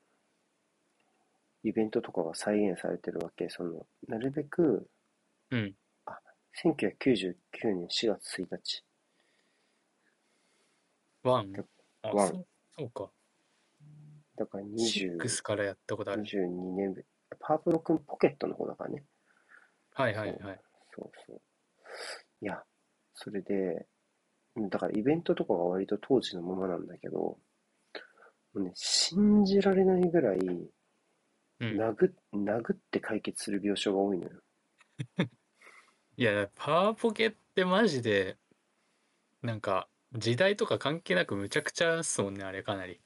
[SPEAKER 1] イベントとかが再現されてるわけ。その、なるべく、
[SPEAKER 2] うん。
[SPEAKER 1] 1999年4月1日。
[SPEAKER 2] ワンあ
[SPEAKER 1] ワン
[SPEAKER 2] そうそうか。
[SPEAKER 1] だから
[SPEAKER 2] シ
[SPEAKER 1] 20
[SPEAKER 2] ックスからやったことある。
[SPEAKER 1] 22年ぶり。パープロくんポケットの方だからね。
[SPEAKER 2] はいはいはい。
[SPEAKER 1] そうそう。いや、それで、うんだからイベントとかが割と当時のままなんだけど、もうね、信じられないぐらい、
[SPEAKER 2] うん、
[SPEAKER 1] 殴っ殴って解決する病床が多いのよ。
[SPEAKER 2] いやパワーポケってマジでなんか時代とか関係なくむちゃくちゃっすもんねあれかなり。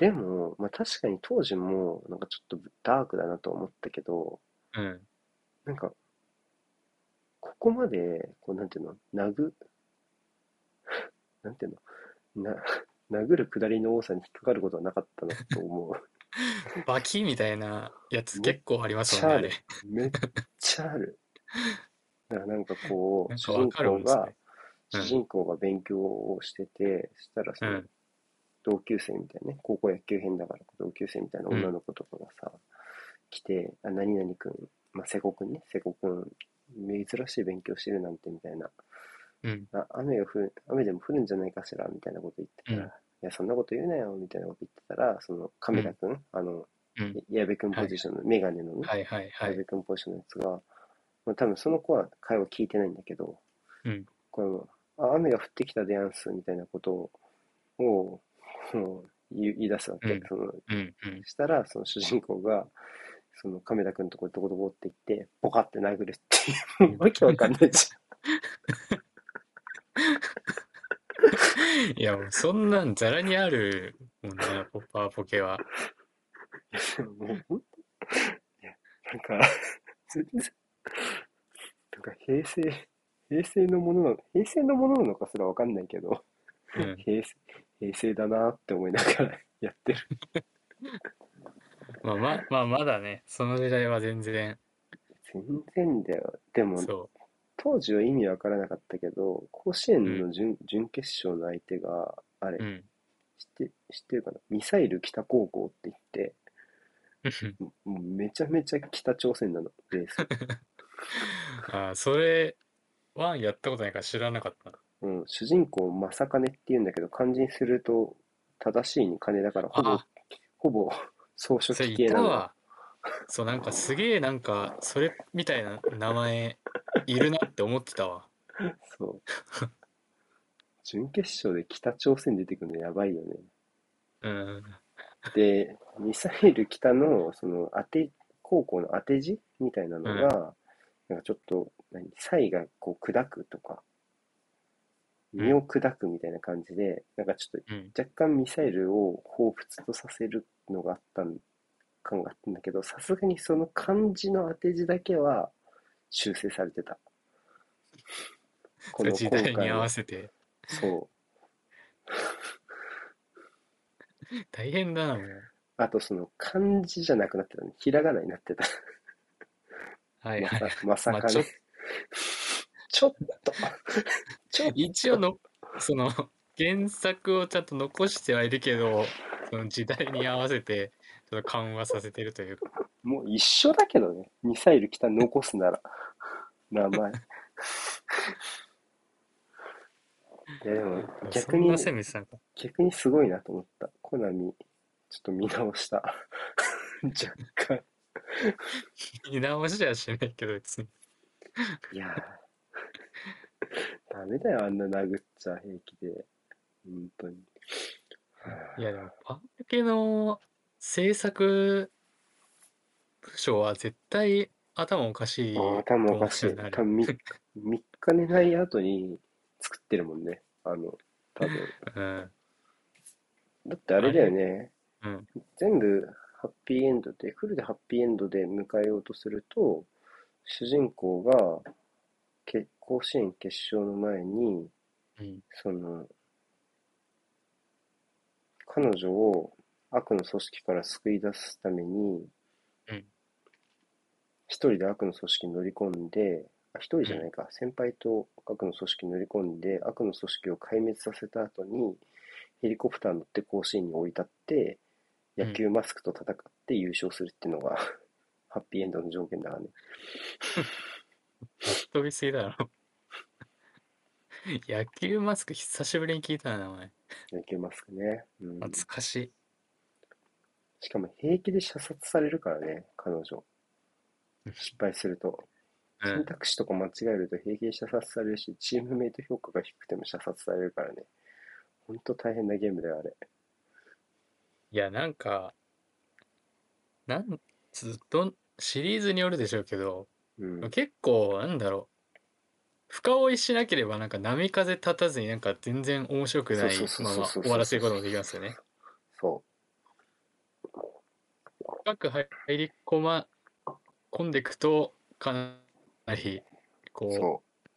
[SPEAKER 1] でも、まあ確かに当時も、なんかちょっとダークだなと思ったけど、
[SPEAKER 2] うん。
[SPEAKER 1] なんか、ここまで、こう、なんていうの、殴、 なんていうの、な、殴る下りの多さに引っかかることはなかったなと思う。
[SPEAKER 2] バキみたいなやつ
[SPEAKER 1] ね
[SPEAKER 2] 結構ありますもんねあれ。
[SPEAKER 1] めっちゃある。だからなんかこ
[SPEAKER 2] な
[SPEAKER 1] う、
[SPEAKER 2] ん
[SPEAKER 1] 主
[SPEAKER 2] かわ
[SPEAKER 1] 人
[SPEAKER 2] かるも
[SPEAKER 1] 公
[SPEAKER 2] んです
[SPEAKER 1] が
[SPEAKER 2] ね、。うん
[SPEAKER 1] 主人公が勉強をしてて、そしたらその
[SPEAKER 2] うん
[SPEAKER 1] 同級生みたいなね、高校野球編だから同級生みたいな女の子とかがさ、来て、あ、何々くん、まあ、瀬古くんね、瀬古くん、珍しい勉強してるなんてみたいな、
[SPEAKER 2] うん。
[SPEAKER 1] あ、雨が降る、雨でも降るんじゃないかしらみたいなこと言ってたら、
[SPEAKER 2] うん
[SPEAKER 1] いや、そんなこと言うなよみたいなこと言ってたら、その亀田くん、あの、
[SPEAKER 2] うん
[SPEAKER 1] 矢部くんポジションの、メガネのね、
[SPEAKER 2] はいはいは
[SPEAKER 1] ハイ
[SPEAKER 2] い
[SPEAKER 1] ブ。君ポジションのやつが、まあ、多分その子は会話聞いてないんだけど、
[SPEAKER 2] うん
[SPEAKER 1] これもあ雨が降ってきたでやんすみたいなことをこう言い言い出すわけ、
[SPEAKER 2] うん
[SPEAKER 1] その
[SPEAKER 2] うんうん。
[SPEAKER 1] したらその主人公がその亀田君のとこどこどこって言ってボカって殴るっていうもうわけわかんないじ
[SPEAKER 2] いやもうそんなんざらにあるもんね、ポッパーポケは。
[SPEAKER 1] ゃんもうほんといやなんか全然なんか平成平成のものなの平成のものなのかすらわかんないけど
[SPEAKER 2] うん、
[SPEAKER 1] 平成平成だなって思いながらやってる。
[SPEAKER 2] まあままあまだね、その時代は全然
[SPEAKER 1] 全然だよ。でも、
[SPEAKER 2] そ
[SPEAKER 1] 当時は意味わからなかったけど、甲子園
[SPEAKER 2] う
[SPEAKER 1] の準,、準決勝の相手が、あれ、
[SPEAKER 2] う。うん。
[SPEAKER 1] 知って、知ってるかなミサイル北高校って言って、もうもうめちゃめちゃ北朝鮮なの、レ ース。
[SPEAKER 2] あーそれ、ワンやったことないから知らなかった。
[SPEAKER 1] うん、主人公、正金って言うんだけど、漢字にすると、正しいに金だから、ほぼ
[SPEAKER 2] あ、
[SPEAKER 1] ほぼ、草書
[SPEAKER 2] それ
[SPEAKER 1] 記
[SPEAKER 2] い
[SPEAKER 1] 系な
[SPEAKER 2] た
[SPEAKER 1] のよ。
[SPEAKER 2] わ。そう、なんかすげえなんか、それみたいな名前いるなって思ってたわ。
[SPEAKER 1] そう。準決勝で北朝鮮出てくるのやばいよね。
[SPEAKER 2] うん。
[SPEAKER 1] で、ミサイル北の、その、当て、高校の当て字みたいなのが、なんかちょっと、何、サイがこう砕くとか、
[SPEAKER 2] うん
[SPEAKER 1] 身を砕くみたいな感じで、なんかちょっ
[SPEAKER 2] うん。
[SPEAKER 1] と若干ミサイルを彷彿とさせるのがあったん、感があったんだけど、さすがにその漢字の当て字だけは修正されてた。
[SPEAKER 2] それ時代に合
[SPEAKER 1] の
[SPEAKER 2] わせて。
[SPEAKER 1] そう。
[SPEAKER 2] 大変だな、もう。
[SPEAKER 1] あとその漢字じゃなくなってたね。ひらがなになってた。
[SPEAKER 2] はいはい。
[SPEAKER 1] まさまさ
[SPEAKER 2] まあ
[SPEAKER 1] か
[SPEAKER 2] ちょっ
[SPEAKER 1] ね。ちょっと。ちょっと。
[SPEAKER 2] 一応のその原作をちゃんと残してはいるけどその時代に合わせてちょっと緩和させてるというか
[SPEAKER 1] もう一緒だけどね。ミサイル北残すなら。名前。いやでも逆
[SPEAKER 2] そん
[SPEAKER 1] に
[SPEAKER 2] な、セミさんか
[SPEAKER 1] 逆にすごいなと思った。コナミ、ちょっと見直した。若干。
[SPEAKER 2] 見直しはしないけど別に
[SPEAKER 1] いやー。ダメだよ、あんな殴っちゃ平気で。本当に。
[SPEAKER 2] いやでもパンケの制作部署は絶対頭おかしい
[SPEAKER 1] ああ、多分おかしい。
[SPEAKER 2] と思うんだ
[SPEAKER 1] 多
[SPEAKER 2] よね
[SPEAKER 1] 分3 3日寝ない後に作ってるもんね。あの、多分。
[SPEAKER 2] あれうん
[SPEAKER 1] だってあれだよね。
[SPEAKER 2] うん
[SPEAKER 1] 全部ハッピーエンドで、フルでハッピーエンドで迎えようとすると、主人公がけ甲子園決勝の前に、
[SPEAKER 2] うん
[SPEAKER 1] その、彼女を悪の組織から救い出すために、
[SPEAKER 2] うん
[SPEAKER 1] 一人で悪の組織に乗り込んで、あ、一人じゃないか、先輩と悪の組織に乗り込んで、悪の組織を壊滅させた後に、ヘリコプター乗って甲子園に降り立って、野球マスクと戦っって優勝するっていうのがハッピーエンドの条件だからね
[SPEAKER 2] 飛びすぎだろ 野球マスク久しぶりに聞いたな名前
[SPEAKER 1] 野球マスクね、うん、
[SPEAKER 2] 懐かしい
[SPEAKER 1] しかも平気で射殺されるからね彼女失敗すると
[SPEAKER 2] う
[SPEAKER 1] 選
[SPEAKER 2] ん
[SPEAKER 1] 択肢とか間違えると平気で射殺されるしチームメイト評価が低くても射殺されるからねほんと大変なゲームだよあれ
[SPEAKER 2] いやなんかなんずっとシリーズによるでしょうけど
[SPEAKER 1] うん
[SPEAKER 2] 結構なんだろう深追いしなければなんか波風立たずになんか全然面白くない
[SPEAKER 1] そうそうそう
[SPEAKER 2] ま
[SPEAKER 1] そう
[SPEAKER 2] ま
[SPEAKER 1] そう
[SPEAKER 2] 終わらせることもできますよね
[SPEAKER 1] そ
[SPEAKER 2] 深く入り込ま込んでいくとかなり
[SPEAKER 1] う
[SPEAKER 2] こ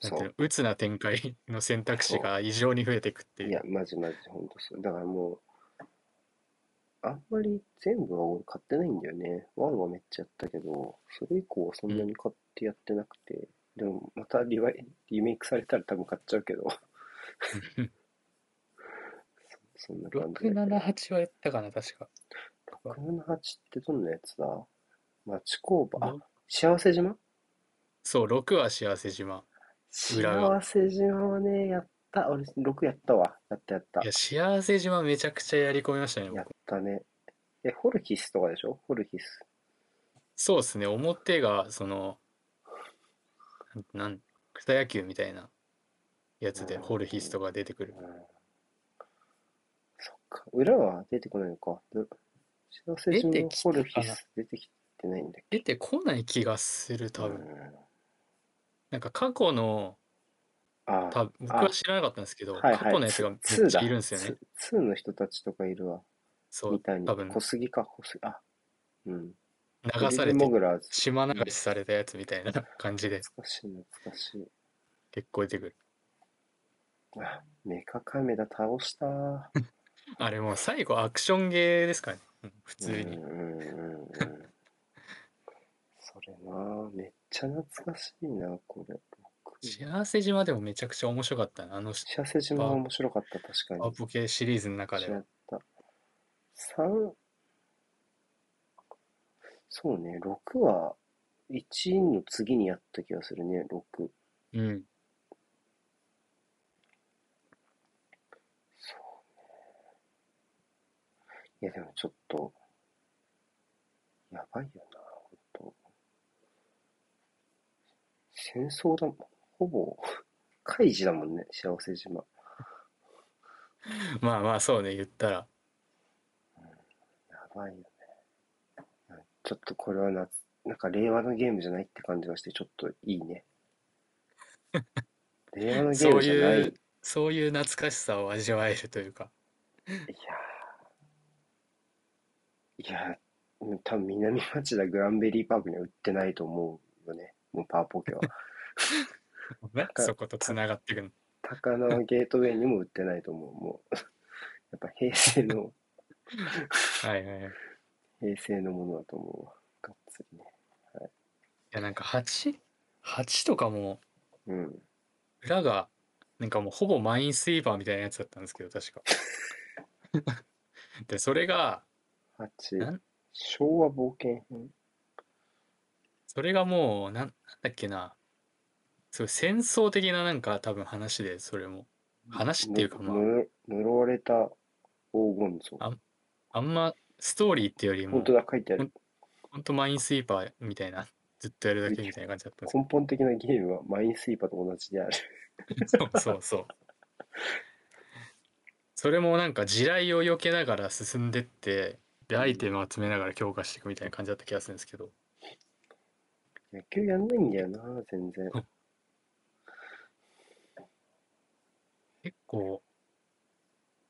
[SPEAKER 1] そう
[SPEAKER 2] う
[SPEAKER 1] そ
[SPEAKER 2] なんてい
[SPEAKER 1] う
[SPEAKER 2] うの鬱な展開の選択肢が異常に増えていくって
[SPEAKER 1] い
[SPEAKER 2] いう
[SPEAKER 1] やマジマジほんとそうだからもうあんまり全部は俺買ってないんだよねワンはめっちゃやったけどそれ以降はそんなに買ってやってなくて、でもまたリワイリメイクされたら多分買っちゃう けどそんな感じだけど
[SPEAKER 2] 678はやったかな確か
[SPEAKER 1] 678ってどんなやつだ町工場あ
[SPEAKER 2] ろ
[SPEAKER 1] 幸せ島
[SPEAKER 2] そう6は幸せ島裏
[SPEAKER 1] 幸
[SPEAKER 2] が
[SPEAKER 1] せ島はねやった俺6やったわやったやった
[SPEAKER 2] いや幸せ島めちゃくちゃやり込みましたね
[SPEAKER 1] やっ
[SPEAKER 2] 僕
[SPEAKER 1] たねえホルヒスとかでしょホルヒス
[SPEAKER 2] そうですね表がそのなんなん草野球みたいなやつでホルヒスとか出てくる
[SPEAKER 1] うんそっか、裏は出てこないのか。ど幸せ島
[SPEAKER 2] 出て
[SPEAKER 1] の
[SPEAKER 2] きた
[SPEAKER 1] ホ
[SPEAKER 2] かな
[SPEAKER 1] ルヒス出てきてないんだっ
[SPEAKER 2] 出てこない気がする
[SPEAKER 1] け
[SPEAKER 2] 多分
[SPEAKER 1] うん
[SPEAKER 2] なんか過去の
[SPEAKER 1] あ
[SPEAKER 2] 多分僕
[SPEAKER 1] あ
[SPEAKER 2] は知らなかったんですけど、
[SPEAKER 1] はい
[SPEAKER 2] 過
[SPEAKER 1] はい。
[SPEAKER 2] 去のやつがめっ
[SPEAKER 1] ツー
[SPEAKER 2] ちゃ
[SPEAKER 1] だ。
[SPEAKER 2] いるんですよね。
[SPEAKER 1] ツーの人たちとかいるわ。
[SPEAKER 2] そ
[SPEAKER 1] み
[SPEAKER 2] う、
[SPEAKER 1] たいに。
[SPEAKER 2] 多分
[SPEAKER 1] 小杉か、小杉。あ、うん。
[SPEAKER 2] 流さ
[SPEAKER 1] ブリ
[SPEAKER 2] れ
[SPEAKER 1] ズモ
[SPEAKER 2] て、
[SPEAKER 1] グラーズ。
[SPEAKER 2] 島流しされたやつみたい な感じで
[SPEAKER 1] 懐かしい、懐かしい。
[SPEAKER 2] 結構出てくる。
[SPEAKER 1] あ、メカカメラ倒した。
[SPEAKER 2] あれもう最後アクションゲーですからね。うん普
[SPEAKER 1] うん
[SPEAKER 2] 通に。
[SPEAKER 1] うんうんうん。それな、めっちゃ懐かしいな、これ。
[SPEAKER 2] 幸せ島でもめちゃくちゃ面白かったな。あの
[SPEAKER 1] 幸せ島は面白かった、確かに。
[SPEAKER 2] アポケシリーズの中で
[SPEAKER 1] 違
[SPEAKER 2] は
[SPEAKER 1] っ。た。三そうね、6は1の次にやった気がするね、6。
[SPEAKER 2] うん。
[SPEAKER 1] いや、でもちょっと、やばいよな、ほんと。戦争だもん。ほぼ、開示だもんね、幸せ島。
[SPEAKER 2] まあまあそうね、言ったら。
[SPEAKER 1] やばいよね。ちょっとこれはな、なんか令和のゲームじゃないって感じがして、ちょっといいね。令和のゲームじゃない。
[SPEAKER 2] そういうそういう懐かしさを味わえるというか。
[SPEAKER 1] いやー、いやー、うん多分南町田グランベリーパークには売ってないと思うよね。もうパワーポ ケは。
[SPEAKER 2] なんかそことつながってくる。
[SPEAKER 1] 高輪ゲートウェイにも売ってないと思う。もう、やっぱ平成の、
[SPEAKER 2] はいはいはい。い
[SPEAKER 1] 平成のものだと思うわ。がっつりね。
[SPEAKER 2] やなんか8、8とかも、
[SPEAKER 1] うん。
[SPEAKER 2] 裏がなんかもうほぼマインスイーパーみたいなやつだったんですけど確かでそれがな
[SPEAKER 1] 8
[SPEAKER 2] ん、
[SPEAKER 1] 昭和冒険編。
[SPEAKER 2] それがもうなんなんだっけなすごい戦争的ななんか多分話でそれも話っていうか
[SPEAKER 1] ぬ
[SPEAKER 2] まあ
[SPEAKER 1] ぬ呪われた黄金像。
[SPEAKER 2] ああんまストーリーっていうよりも
[SPEAKER 1] 本当だ、書いてある。
[SPEAKER 2] ほんとマインスイーパーみたいなずっとやるだけみたいな感じだったんです
[SPEAKER 1] 根本的なゲームはマインスイーパーと同じである。
[SPEAKER 2] けど そうそうそうそれもなんか地雷を避けながら進んでってでアイテムを集めながら強化していくみたいな感じだった気がするんですけど
[SPEAKER 1] 野球やんないんだよな、全然。
[SPEAKER 2] 結構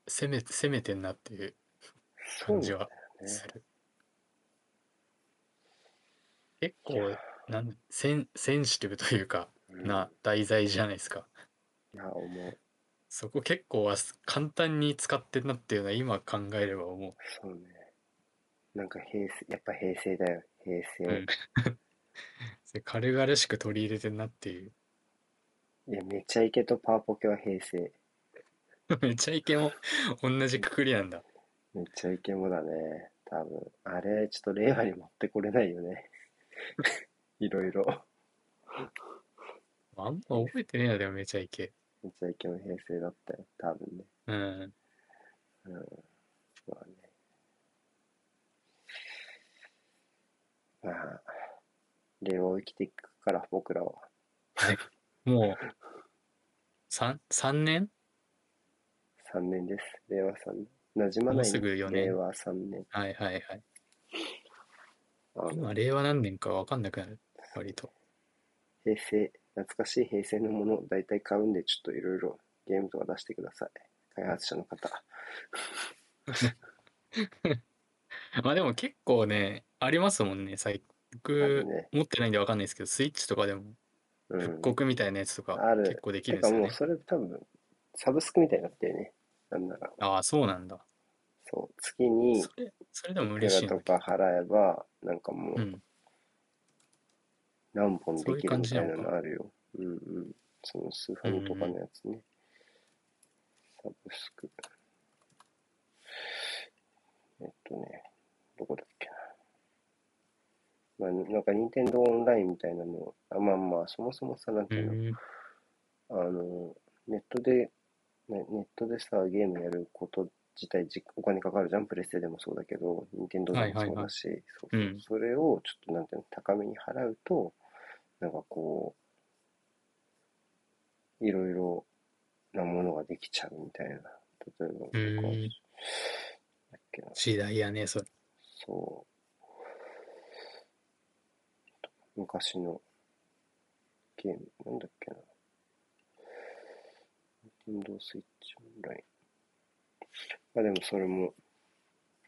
[SPEAKER 2] 攻め攻めてんなっていう
[SPEAKER 1] そう
[SPEAKER 2] 感
[SPEAKER 1] だ
[SPEAKER 2] じ
[SPEAKER 1] よね
[SPEAKER 2] は。する、結構なんセンセンシティブというか
[SPEAKER 1] うん
[SPEAKER 2] な。題材じゃないですか、
[SPEAKER 1] いや、思う。
[SPEAKER 2] そこ結構は簡単に使ってんなっていうのは今考えれば思う
[SPEAKER 1] そうね。なんか平成、やっぱ平成だよ。平成。
[SPEAKER 2] それ軽々しく取り入れてんなっていう
[SPEAKER 1] いや、めちゃイケとパワポケは平成。
[SPEAKER 2] めちゃイケも同じくくりなんだ
[SPEAKER 1] めちゃイケもだね。多分、あれ、ちょっと令和に持ってこれないよね。 いろいろ。
[SPEAKER 2] あんま覚えてねえな、でもめちゃイケ。
[SPEAKER 1] めちゃイケの平成だったよ、多分ね。
[SPEAKER 2] うん。
[SPEAKER 1] うん。まあね。まあ、令和を生きていくから、僕らは。
[SPEAKER 2] もう、三三年
[SPEAKER 1] 3年です。令和3年。馴染ま
[SPEAKER 2] も
[SPEAKER 1] な
[SPEAKER 2] う
[SPEAKER 1] い
[SPEAKER 2] すぐ四年
[SPEAKER 1] 令和3年。
[SPEAKER 2] はいはいはい。
[SPEAKER 1] あの
[SPEAKER 2] 今、令和何年かわかんなくなる。割と。
[SPEAKER 1] 平成、懐かしい平成のものを大体買うんで、ちょっといろいろゲームとか出してください。開発者の方。
[SPEAKER 2] まあでも結構ね、ありますもんね、最
[SPEAKER 1] る
[SPEAKER 2] 僕、
[SPEAKER 1] ね
[SPEAKER 2] 持ってないんでわかんないですけど、スイッチとかでも、
[SPEAKER 1] うん。
[SPEAKER 2] 復刻みたいなやつとか
[SPEAKER 1] ある
[SPEAKER 2] 結構でき
[SPEAKER 1] て
[SPEAKER 2] るんで
[SPEAKER 1] か
[SPEAKER 2] すよ
[SPEAKER 1] もう
[SPEAKER 2] ね。
[SPEAKER 1] それ多分、サブスクみたいになってるね。なんなら、
[SPEAKER 2] ああ、そうなんだ。
[SPEAKER 1] そう、月にい
[SPEAKER 2] それ、それでも
[SPEAKER 1] く
[SPEAKER 2] 嬉し
[SPEAKER 1] ら
[SPEAKER 2] いな
[SPEAKER 1] と。か払えば、なんかも
[SPEAKER 2] う。
[SPEAKER 1] うん何本で
[SPEAKER 2] そういう
[SPEAKER 1] きる
[SPEAKER 2] 感
[SPEAKER 1] み
[SPEAKER 2] じ
[SPEAKER 1] た
[SPEAKER 2] ないの
[SPEAKER 1] な
[SPEAKER 2] か
[SPEAKER 1] のあるよ。うんうん。そのスーファミとかのやつね。サブスク。えっとね、どこだっけな。まあ、なんか、任天堂オンラインみたいなの、あまあまあ、そもそもさ、なんて
[SPEAKER 2] う
[SPEAKER 1] いうの、
[SPEAKER 2] ん。
[SPEAKER 1] あの、ネットで、ね、ネットでさ、ゲームやること自体じ、お金かかるじゃん、プレステでもそうだけど、任天堂でもそうだし、そうそう
[SPEAKER 2] うん
[SPEAKER 1] それをちょっとなんていうの、高めに払うと、なんかこう、いろいろなものができちゃうみたいな。例えば、
[SPEAKER 2] うん
[SPEAKER 1] どこだっけな、
[SPEAKER 2] 時代やね、それ。
[SPEAKER 1] そう。昔のゲーム、なんだっけな。Nintendo Switch オンライン。まあでもそれも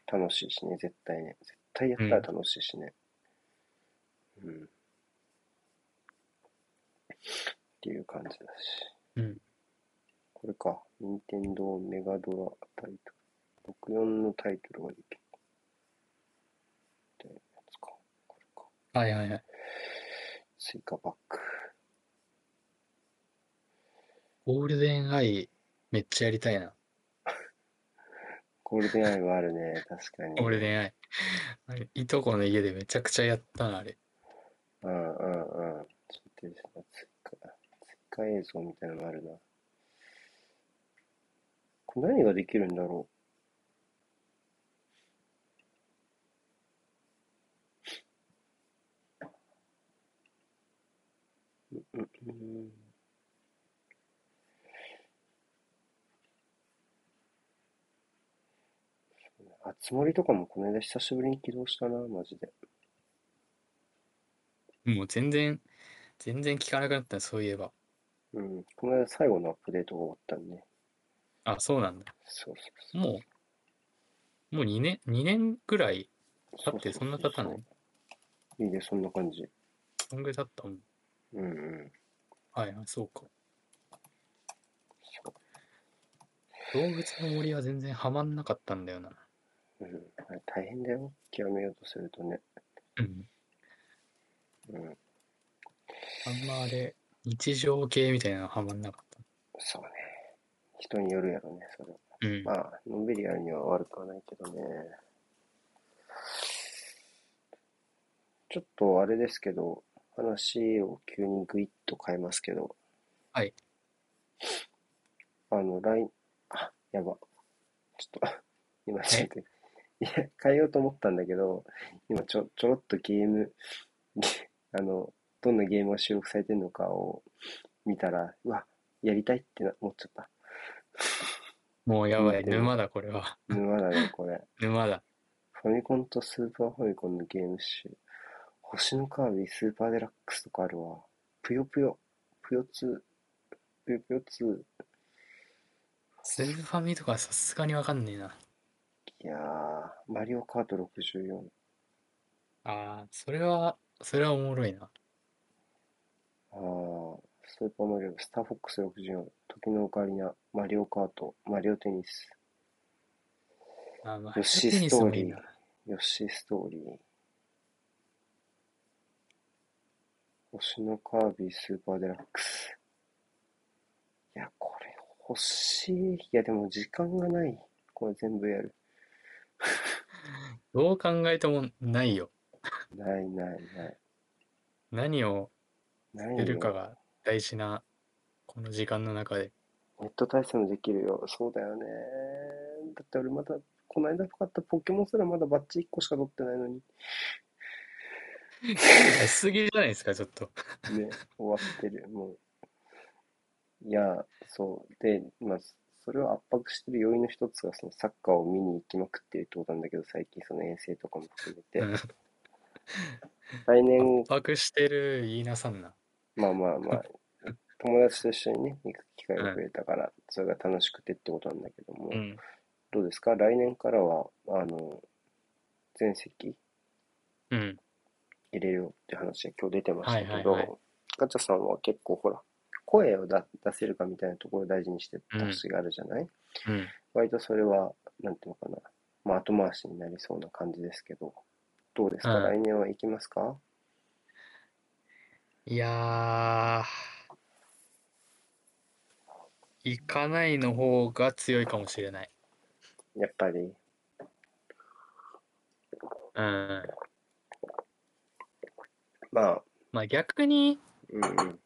[SPEAKER 1] 楽しいしね、絶対ね。絶対やったら楽しいしね。うん。っていう感じだし。
[SPEAKER 2] うん。
[SPEAKER 1] これか。任天堂メガドラタイトル。64のタイトルができる。ってやつか。これか。
[SPEAKER 2] はいはいはい。
[SPEAKER 1] スイカバック。
[SPEAKER 2] ゴールデンアイ、めっちゃやりたいな。
[SPEAKER 1] ゴールデンアイはあるね。確かに。
[SPEAKER 2] ゴールデンアイ。あれいとこの家でめちゃくちゃやったな、あれ。
[SPEAKER 1] うんうんうん。ちょっと待って、追加、追加映像みたいなのもあるな。これ何ができるんだろう。うんうんうんそうねあつ森とかもこの間久しぶりに起動したな、マジで。
[SPEAKER 2] もう全然、全然聞かなくなったね、そういえば。
[SPEAKER 1] うん、この間最後のアップデートが終わったんでね。
[SPEAKER 2] あ、そうなんだ。
[SPEAKER 1] そうそう
[SPEAKER 2] もう、もう2年、二年ぐらい
[SPEAKER 1] そう。
[SPEAKER 2] 経って
[SPEAKER 1] う
[SPEAKER 2] そんな経たない
[SPEAKER 1] いいね、そんな感じ。
[SPEAKER 2] そんぐらい経ったもん。
[SPEAKER 1] うんうん。
[SPEAKER 2] はいはい、そうか。
[SPEAKER 1] そ
[SPEAKER 2] 動物の森は全然ハマんなかったんだよな。
[SPEAKER 1] う。うん、あれ大変だよ。極めようとするとね。
[SPEAKER 2] うん。
[SPEAKER 1] うん。
[SPEAKER 2] あんまあれ、日常系みたいなのハマんなかっ
[SPEAKER 1] そうね。人によるやろね、それは。
[SPEAKER 2] た。うん。
[SPEAKER 1] まあ、のんびりやるには悪くはないけどね。ちょっとあれですけど、話を急にグイッと変えますけど。
[SPEAKER 2] はい。
[SPEAKER 1] あの、来、あ、やば。ちょっと、 今ちょっと、いや、変えようと思ったんだけど、今ちょ、ちょろっとゲーム、 あの、どんなゲームが収録されてるのかを見たら、うわ、やりたいってな思っちゃった。
[SPEAKER 2] もうやばい、
[SPEAKER 1] でも
[SPEAKER 2] 沼だ、これは。
[SPEAKER 1] 沼だね、これ。
[SPEAKER 2] 沼だ。
[SPEAKER 1] ファミコンとスーパーファミコンのゲーム集。星のカービィ、スーパーデラックスとかあるわ。ぷよぷよ、ぷよ2、ぷよぷよ2。
[SPEAKER 2] スーファミとかさすがにわかんねえな。
[SPEAKER 1] いやー、マリオカート64。
[SPEAKER 2] ああ、それは、それはおもろいな。
[SPEAKER 1] あー、スーパーマリオ、スターフォックス64、時のオカリナ、マリオカート、マリオテニス、
[SPEAKER 2] あーまあ、
[SPEAKER 1] ヨッシー
[SPEAKER 2] テニ
[SPEAKER 1] スト
[SPEAKER 2] ス
[SPEAKER 1] ー
[SPEAKER 2] もい
[SPEAKER 1] リ
[SPEAKER 2] い
[SPEAKER 1] ー
[SPEAKER 2] な。
[SPEAKER 1] ヨッシーストーリー。星のカービィ、スーパーデラックス。いや、これ欲しい。いや、でも時間がない。これ全部やる。
[SPEAKER 2] どう考えてもないよ。
[SPEAKER 1] ないないない。
[SPEAKER 2] 何を
[SPEAKER 1] ない
[SPEAKER 2] 出るか
[SPEAKER 1] よ。
[SPEAKER 2] が大事な、この時間の中で。
[SPEAKER 1] ネット対戦もできるよ。そうだよね。だって俺まだ、この間買ったポケモンすらまだバッチ1個しか取ってないのに。
[SPEAKER 2] 安すぎじゃないですか、ちょっと。
[SPEAKER 1] ね、終わってる。もう。いや、そう。で、まあ、それを圧迫してる要因の一つが、そのサッカーを見に行きまくってるってことなんだけど、最近その遠征とかも含め
[SPEAKER 2] う
[SPEAKER 1] て。
[SPEAKER 2] ん圧
[SPEAKER 1] 来年、
[SPEAKER 2] 迫してる言いなさんな。
[SPEAKER 1] まあまあまあ、友達と一緒にね、行く機会が増えたから、それが楽しくてってことなんだけども、
[SPEAKER 2] うん。
[SPEAKER 1] どうですか来年からは、あの、全席
[SPEAKER 2] うん。
[SPEAKER 1] 入れようって話が今日出てました
[SPEAKER 2] は
[SPEAKER 1] け
[SPEAKER 2] いはいはい
[SPEAKER 1] ど、ガチャさんは結構ほら、声をだ出せるかみたいなところを大事にしてた
[SPEAKER 2] うん
[SPEAKER 1] 節があるじゃない
[SPEAKER 2] うん。
[SPEAKER 1] 割とそれは、なんていうのかな、まあ、後回しになりそうな感じですけど、どうですか、
[SPEAKER 2] うん
[SPEAKER 1] 来年は行きますか
[SPEAKER 2] いやー、行かないの方が強いかもしれない。
[SPEAKER 1] やっぱり、
[SPEAKER 2] うん。
[SPEAKER 1] まあ、
[SPEAKER 2] まあ逆に、
[SPEAKER 1] うんうん。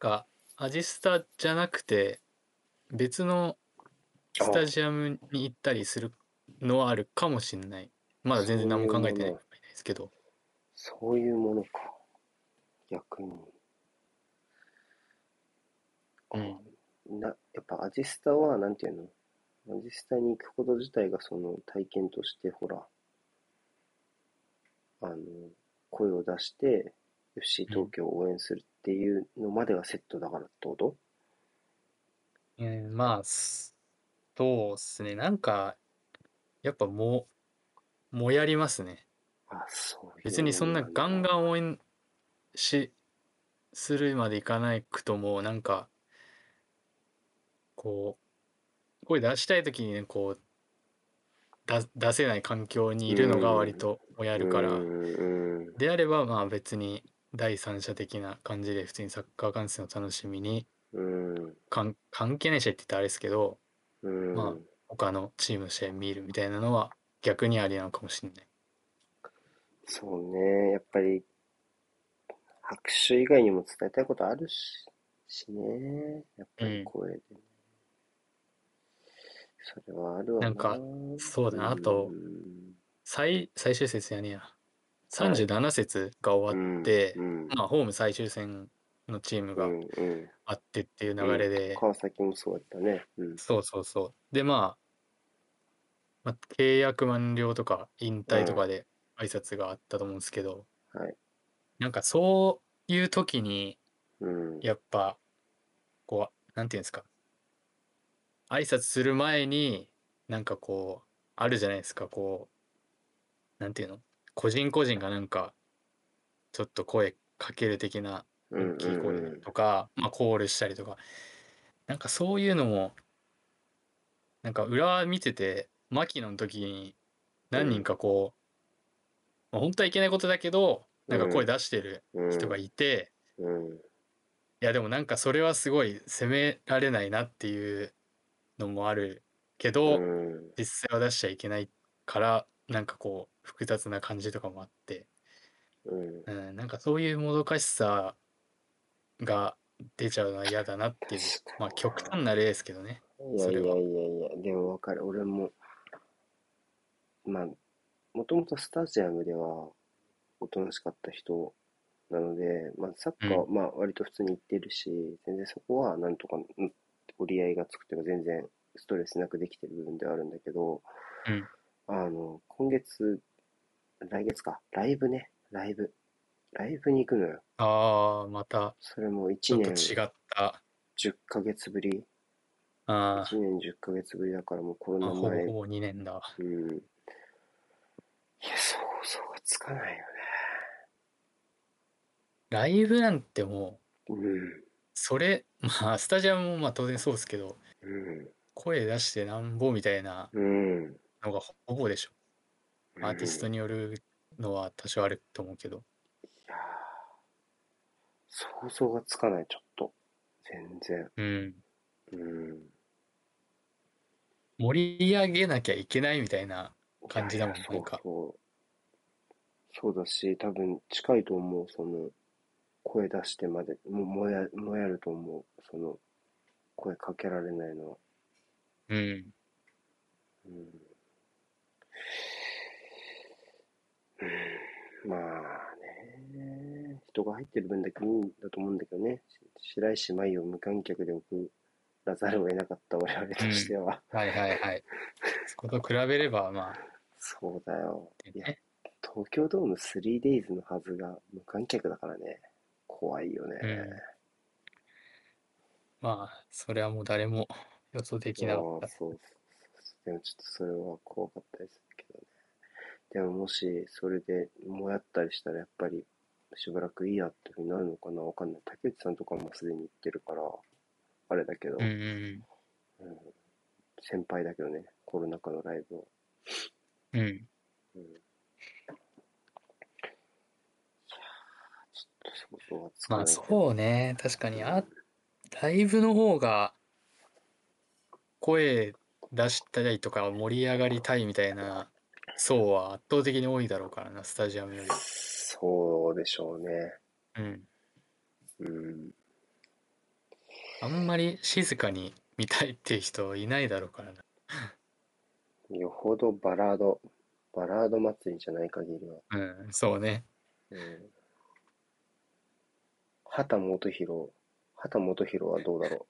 [SPEAKER 2] が、アジスタじゃなくて、別のスタジアムに行ったりするのはあるかもしれない。まだ全然何も考えてないですけど。
[SPEAKER 1] そういうものか。逆に。
[SPEAKER 2] うん
[SPEAKER 1] な、やっぱアジスタは、なんていうのアジスタに行くこと自体がその体験として、ほら、あの、声を出して、FC 東京を応援するっていうのまでがセットだからってこと
[SPEAKER 2] うん、まあ、すそうっすね。なんか、やっぱも、もやりますね。
[SPEAKER 1] あ、そういう
[SPEAKER 2] 別にそんな
[SPEAKER 1] も
[SPEAKER 2] ガンガン応援し、するまでいかないくとも、なんか、こう、声出したいときにね、こう、だ出せない環境にいるのが割ともや
[SPEAKER 1] あ
[SPEAKER 2] るから、
[SPEAKER 1] うん
[SPEAKER 2] であればまあ別に第三者的な感じで普通にサッカー観戦を楽しみに
[SPEAKER 1] うん
[SPEAKER 2] かん関係ない試合って言ったらあれですけど
[SPEAKER 1] うん、
[SPEAKER 2] まあ他のチームの試合見るみたいなのは逆にありなのかもしれない。
[SPEAKER 1] そうね、やっぱり拍手以外にも伝えたいことあるし、しね、やっぱり声でね、それはあるわ
[SPEAKER 2] なんかそうだなあと
[SPEAKER 1] うん
[SPEAKER 2] 最最終節やねや
[SPEAKER 1] い
[SPEAKER 2] 37節が終わって、
[SPEAKER 1] うん
[SPEAKER 2] まあ、ホーム最終戦のチームが
[SPEAKER 1] うんうん
[SPEAKER 2] あってっていう流れで、
[SPEAKER 1] 川崎もそうだったね、うん、
[SPEAKER 2] そうそうそうで、まあ、まあ契約満了とか引退とかで挨拶があったと思うんですけど、
[SPEAKER 1] はい、
[SPEAKER 2] なんかそういう時に
[SPEAKER 1] うん、
[SPEAKER 2] やっぱこうなんていうんですか挨拶する前になんかこうあるじゃないですかこうなんていうの個人個人がなんかちょっと声かける的な
[SPEAKER 1] うん
[SPEAKER 2] 大きい
[SPEAKER 1] うんう
[SPEAKER 2] 声
[SPEAKER 1] ん
[SPEAKER 2] とか、まあ、コールしたりとかなんかそういうのもなんか裏見てて牧野の時に何人かこう、まあ本当はいけないことだけどなんか声出してる人がいて、
[SPEAKER 1] うん
[SPEAKER 2] いやでもなんかそれはすごい責められないなっていうのもあるけど、
[SPEAKER 1] うん
[SPEAKER 2] 実際は出しちゃいけないからなんかこう複雑な感じとかもあって、
[SPEAKER 1] うん
[SPEAKER 2] うん、なんかそういうもどかしさが出ちゃうのは嫌だなっていう
[SPEAKER 1] 確か
[SPEAKER 2] ま
[SPEAKER 1] に
[SPEAKER 2] あ極端な例ですけどね。
[SPEAKER 1] いや
[SPEAKER 2] そ
[SPEAKER 1] い
[SPEAKER 2] れ
[SPEAKER 1] やいや
[SPEAKER 2] はい
[SPEAKER 1] や、でもわかる。俺も、まあ、もともとスタジアムではおとなしかった人なので、まあ、サッカーは、
[SPEAKER 2] う
[SPEAKER 1] まあ、割と普通に行ってるし、全然そこはなんとかうん折り合いがつくというか、全然ストレスなくできてる部分ではあるんだけど、
[SPEAKER 2] うん
[SPEAKER 1] あの、今月、来月か、ライブね、ライブ。ライブに行くのよ。
[SPEAKER 2] ああまた
[SPEAKER 1] それも
[SPEAKER 2] ち
[SPEAKER 1] 1
[SPEAKER 2] ょっと
[SPEAKER 1] 年
[SPEAKER 2] 違った
[SPEAKER 1] 10ヶ月ぶり。
[SPEAKER 2] あー
[SPEAKER 1] 1年10ヶ月ぶりだからもうコロ
[SPEAKER 2] ま
[SPEAKER 1] ナ
[SPEAKER 2] あほぼ
[SPEAKER 1] 前
[SPEAKER 2] ほぼ2年だわ。
[SPEAKER 1] うんいや、想像がつかないよ
[SPEAKER 2] ライブなんてもう
[SPEAKER 1] ね。
[SPEAKER 2] それまあスタジアムもまあ当然そうですけど
[SPEAKER 1] うん。
[SPEAKER 2] 声出してなんぼみたいな
[SPEAKER 1] うん。うん。
[SPEAKER 2] のがほぼでしょ。アーティスト
[SPEAKER 1] に。
[SPEAKER 2] によるのは多少あると思うけど、
[SPEAKER 1] いやー想像がつかない、ちょっと。全然。
[SPEAKER 2] うん、
[SPEAKER 1] うん。
[SPEAKER 2] 盛り上げなきゃいけないみたいな感じだもん
[SPEAKER 1] いやい
[SPEAKER 2] な
[SPEAKER 1] や
[SPEAKER 2] んか
[SPEAKER 1] そうそうだし、多分近いと思う、その、声出してまで、もうもや、もやると思う、その、声かけられないのは。
[SPEAKER 2] うん。
[SPEAKER 1] うん。うんまあね、人が入ってる分だけいいんだと思うんだけどね、し白石麻衣を無観客で送らざるを得なかった我々としては。
[SPEAKER 2] はいはいはい。そこと比べれば、まあ、
[SPEAKER 1] そうだよ。いや
[SPEAKER 2] ね、
[SPEAKER 1] 東京ドーム 3days のはずが無観客だからね。怖いよね。
[SPEAKER 2] うんまあ、それはもう誰も予想できなかっ
[SPEAKER 1] あ
[SPEAKER 2] た
[SPEAKER 1] あ。そうそうそうでもちょっとそれは怖かったですけどね。でももしそれでもやったりしたらやっぱりしばらくいいやってふうになるのかなわかんない。竹内さんとかもすでに言ってるから、あれだけど、
[SPEAKER 2] うんうん
[SPEAKER 1] うん先輩だけどね、コロナ禍のライブを。
[SPEAKER 2] うん。うん。
[SPEAKER 1] うんいやーちょっと想像はつか
[SPEAKER 2] ま
[SPEAKER 1] な
[SPEAKER 2] あ
[SPEAKER 1] いけど
[SPEAKER 2] そうね。確かに、あ、ライブの方が、声出したりとか盛り上がりたいみたいな層は圧倒的に多いだろうからな、スタジアムより。
[SPEAKER 1] そうでしょうね。
[SPEAKER 2] うん。
[SPEAKER 1] うん。
[SPEAKER 2] あんまり静かに見たいっていう人いないだろうからな。
[SPEAKER 1] よほどバラード、バラード祭りじゃない限りは。
[SPEAKER 2] うん、そうね。
[SPEAKER 1] うん。畑元博、畑元博はどうだろ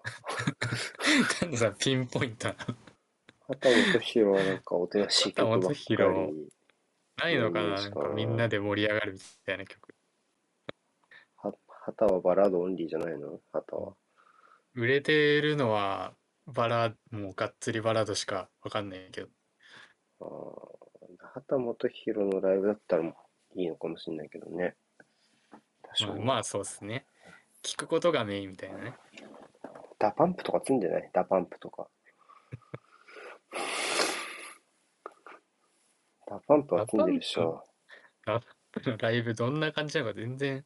[SPEAKER 1] う。
[SPEAKER 2] なんでさ、ピンポイントなの
[SPEAKER 1] 畑元博はなんかおとなしい曲ばっかり。
[SPEAKER 2] 畑元ないのか
[SPEAKER 1] うん
[SPEAKER 2] ななんかみんなで盛り上がるみたいな曲。
[SPEAKER 1] は畑はバラードオンリーじゃないの畑は。
[SPEAKER 2] 売れてるのはバラもうがっつりバラードしかわかんないけど
[SPEAKER 1] ああ、畑元博のライブだったらいいのかもしれないけどね。確
[SPEAKER 2] ま
[SPEAKER 1] か
[SPEAKER 2] あ、
[SPEAKER 1] に。
[SPEAKER 2] まあそうですね聞くことがメインみたいなね
[SPEAKER 1] ダパンプとかつんじゃないダパンプとか。ダパンプはつんでるでしょ。
[SPEAKER 2] ライブどんな感じなのか全然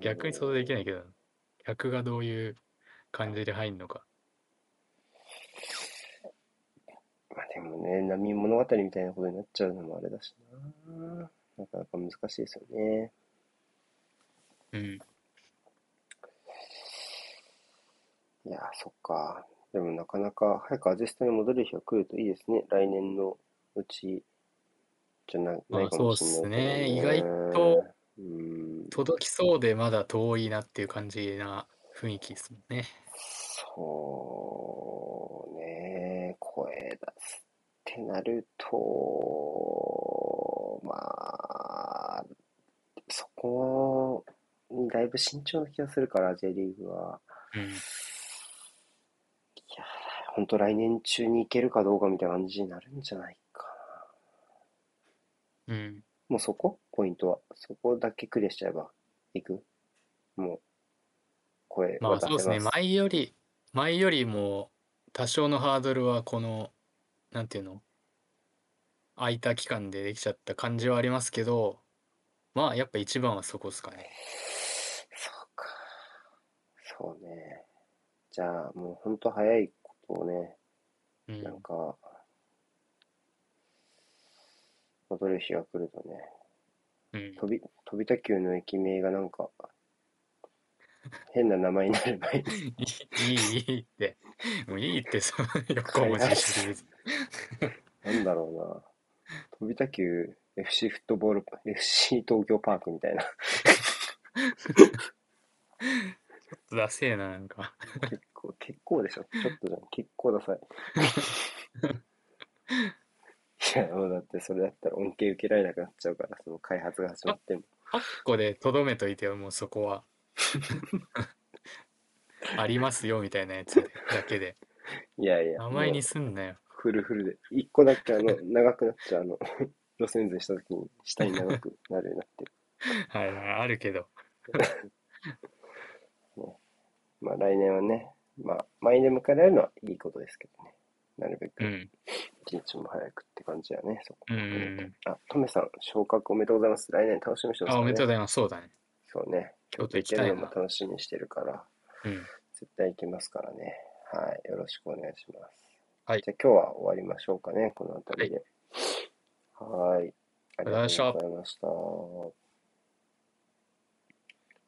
[SPEAKER 2] 逆に想像できないけど客がどういう感じで入るのか
[SPEAKER 1] まあでもね、波物語みたいなことになっちゃうのもあれだしな。なかなか難しいですよね。
[SPEAKER 2] うん
[SPEAKER 1] いやー、そっか。でもなかなか早くアジスタに戻る日が来るといいですね。来年のうちじゃない
[SPEAKER 2] まあ
[SPEAKER 1] ないかもしれないけど
[SPEAKER 2] そうっすね意外と。
[SPEAKER 1] うん。
[SPEAKER 2] 届きそうでまだ遠いなっていう感じな雰囲気ですもんね
[SPEAKER 1] そうね、声出すってなると、まあ、そこにだいぶ慎重な気がするから、J リーグは。
[SPEAKER 2] うん
[SPEAKER 1] いや、本当来年中に行けるかどうかみたいな感じになるんじゃないかな。
[SPEAKER 2] うん
[SPEAKER 1] もうそこポイントは。そこだけクリアしちゃえば、行くもう、声
[SPEAKER 2] ま
[SPEAKER 1] は
[SPEAKER 2] あ
[SPEAKER 1] 出
[SPEAKER 2] そうです
[SPEAKER 1] せ
[SPEAKER 2] ね
[SPEAKER 1] ます。
[SPEAKER 2] 前より前よりも多少のハードルはこのなんていうの空いた期間でできちゃった感じはありますけどまあやっぱ一番はそこですかね
[SPEAKER 1] そうか。そうね。じゃあ、もう本当早いことをね、
[SPEAKER 2] う
[SPEAKER 1] なん
[SPEAKER 2] ん
[SPEAKER 1] か、戻る日が来るとね、
[SPEAKER 2] うん
[SPEAKER 1] 飛び、飛びた球の駅名がなんか、変な名前になる 前に、
[SPEAKER 2] いいいいいいってもういいってその横文字にして別に
[SPEAKER 1] なんだろうな。飛びた球 FC フットボール、FC 東京パークみたいな。
[SPEAKER 2] ダセえななんか
[SPEAKER 1] 結構、結構でしょ。ちょっとじゃん。結構ダサ い。いや、もうだってそれだったら恩恵受けられなくなっちゃうから、その開発が始まっても。
[SPEAKER 2] 8個でとどめといてよもうそこは ありますよみたいなやつでだけで
[SPEAKER 1] いやいや、
[SPEAKER 2] 名前
[SPEAKER 1] も
[SPEAKER 2] に
[SPEAKER 1] う
[SPEAKER 2] すんなよ
[SPEAKER 1] フルフルで。一個だけあの、長くなっちゃう、あの、路線図にした時に下に長くなるようになってる。
[SPEAKER 2] はいはいあるけど
[SPEAKER 1] まあ来年はね、まあ前で迎えられるのはいいことですけどね。なるべ
[SPEAKER 2] う
[SPEAKER 1] く
[SPEAKER 2] ん
[SPEAKER 1] 一日も早くって感じやね、そこ。
[SPEAKER 2] うんうんうん
[SPEAKER 1] あ、トメさん、昇格おめでとうございます。来年楽しみにしてます
[SPEAKER 2] あ、おめでと
[SPEAKER 1] ね。
[SPEAKER 2] うございます。そうだね。
[SPEAKER 1] そうね。
[SPEAKER 2] 京都行き
[SPEAKER 1] 行
[SPEAKER 2] た
[SPEAKER 1] け
[SPEAKER 2] い
[SPEAKER 1] るのも
[SPEAKER 2] な。
[SPEAKER 1] 楽しみにしてるから、
[SPEAKER 2] うん。
[SPEAKER 1] 絶対行きますからね。はい。よろしくお願いします。
[SPEAKER 2] はい
[SPEAKER 1] じゃあ今日は終わりましょうかね、この辺りで。はーい。ありがとうございました。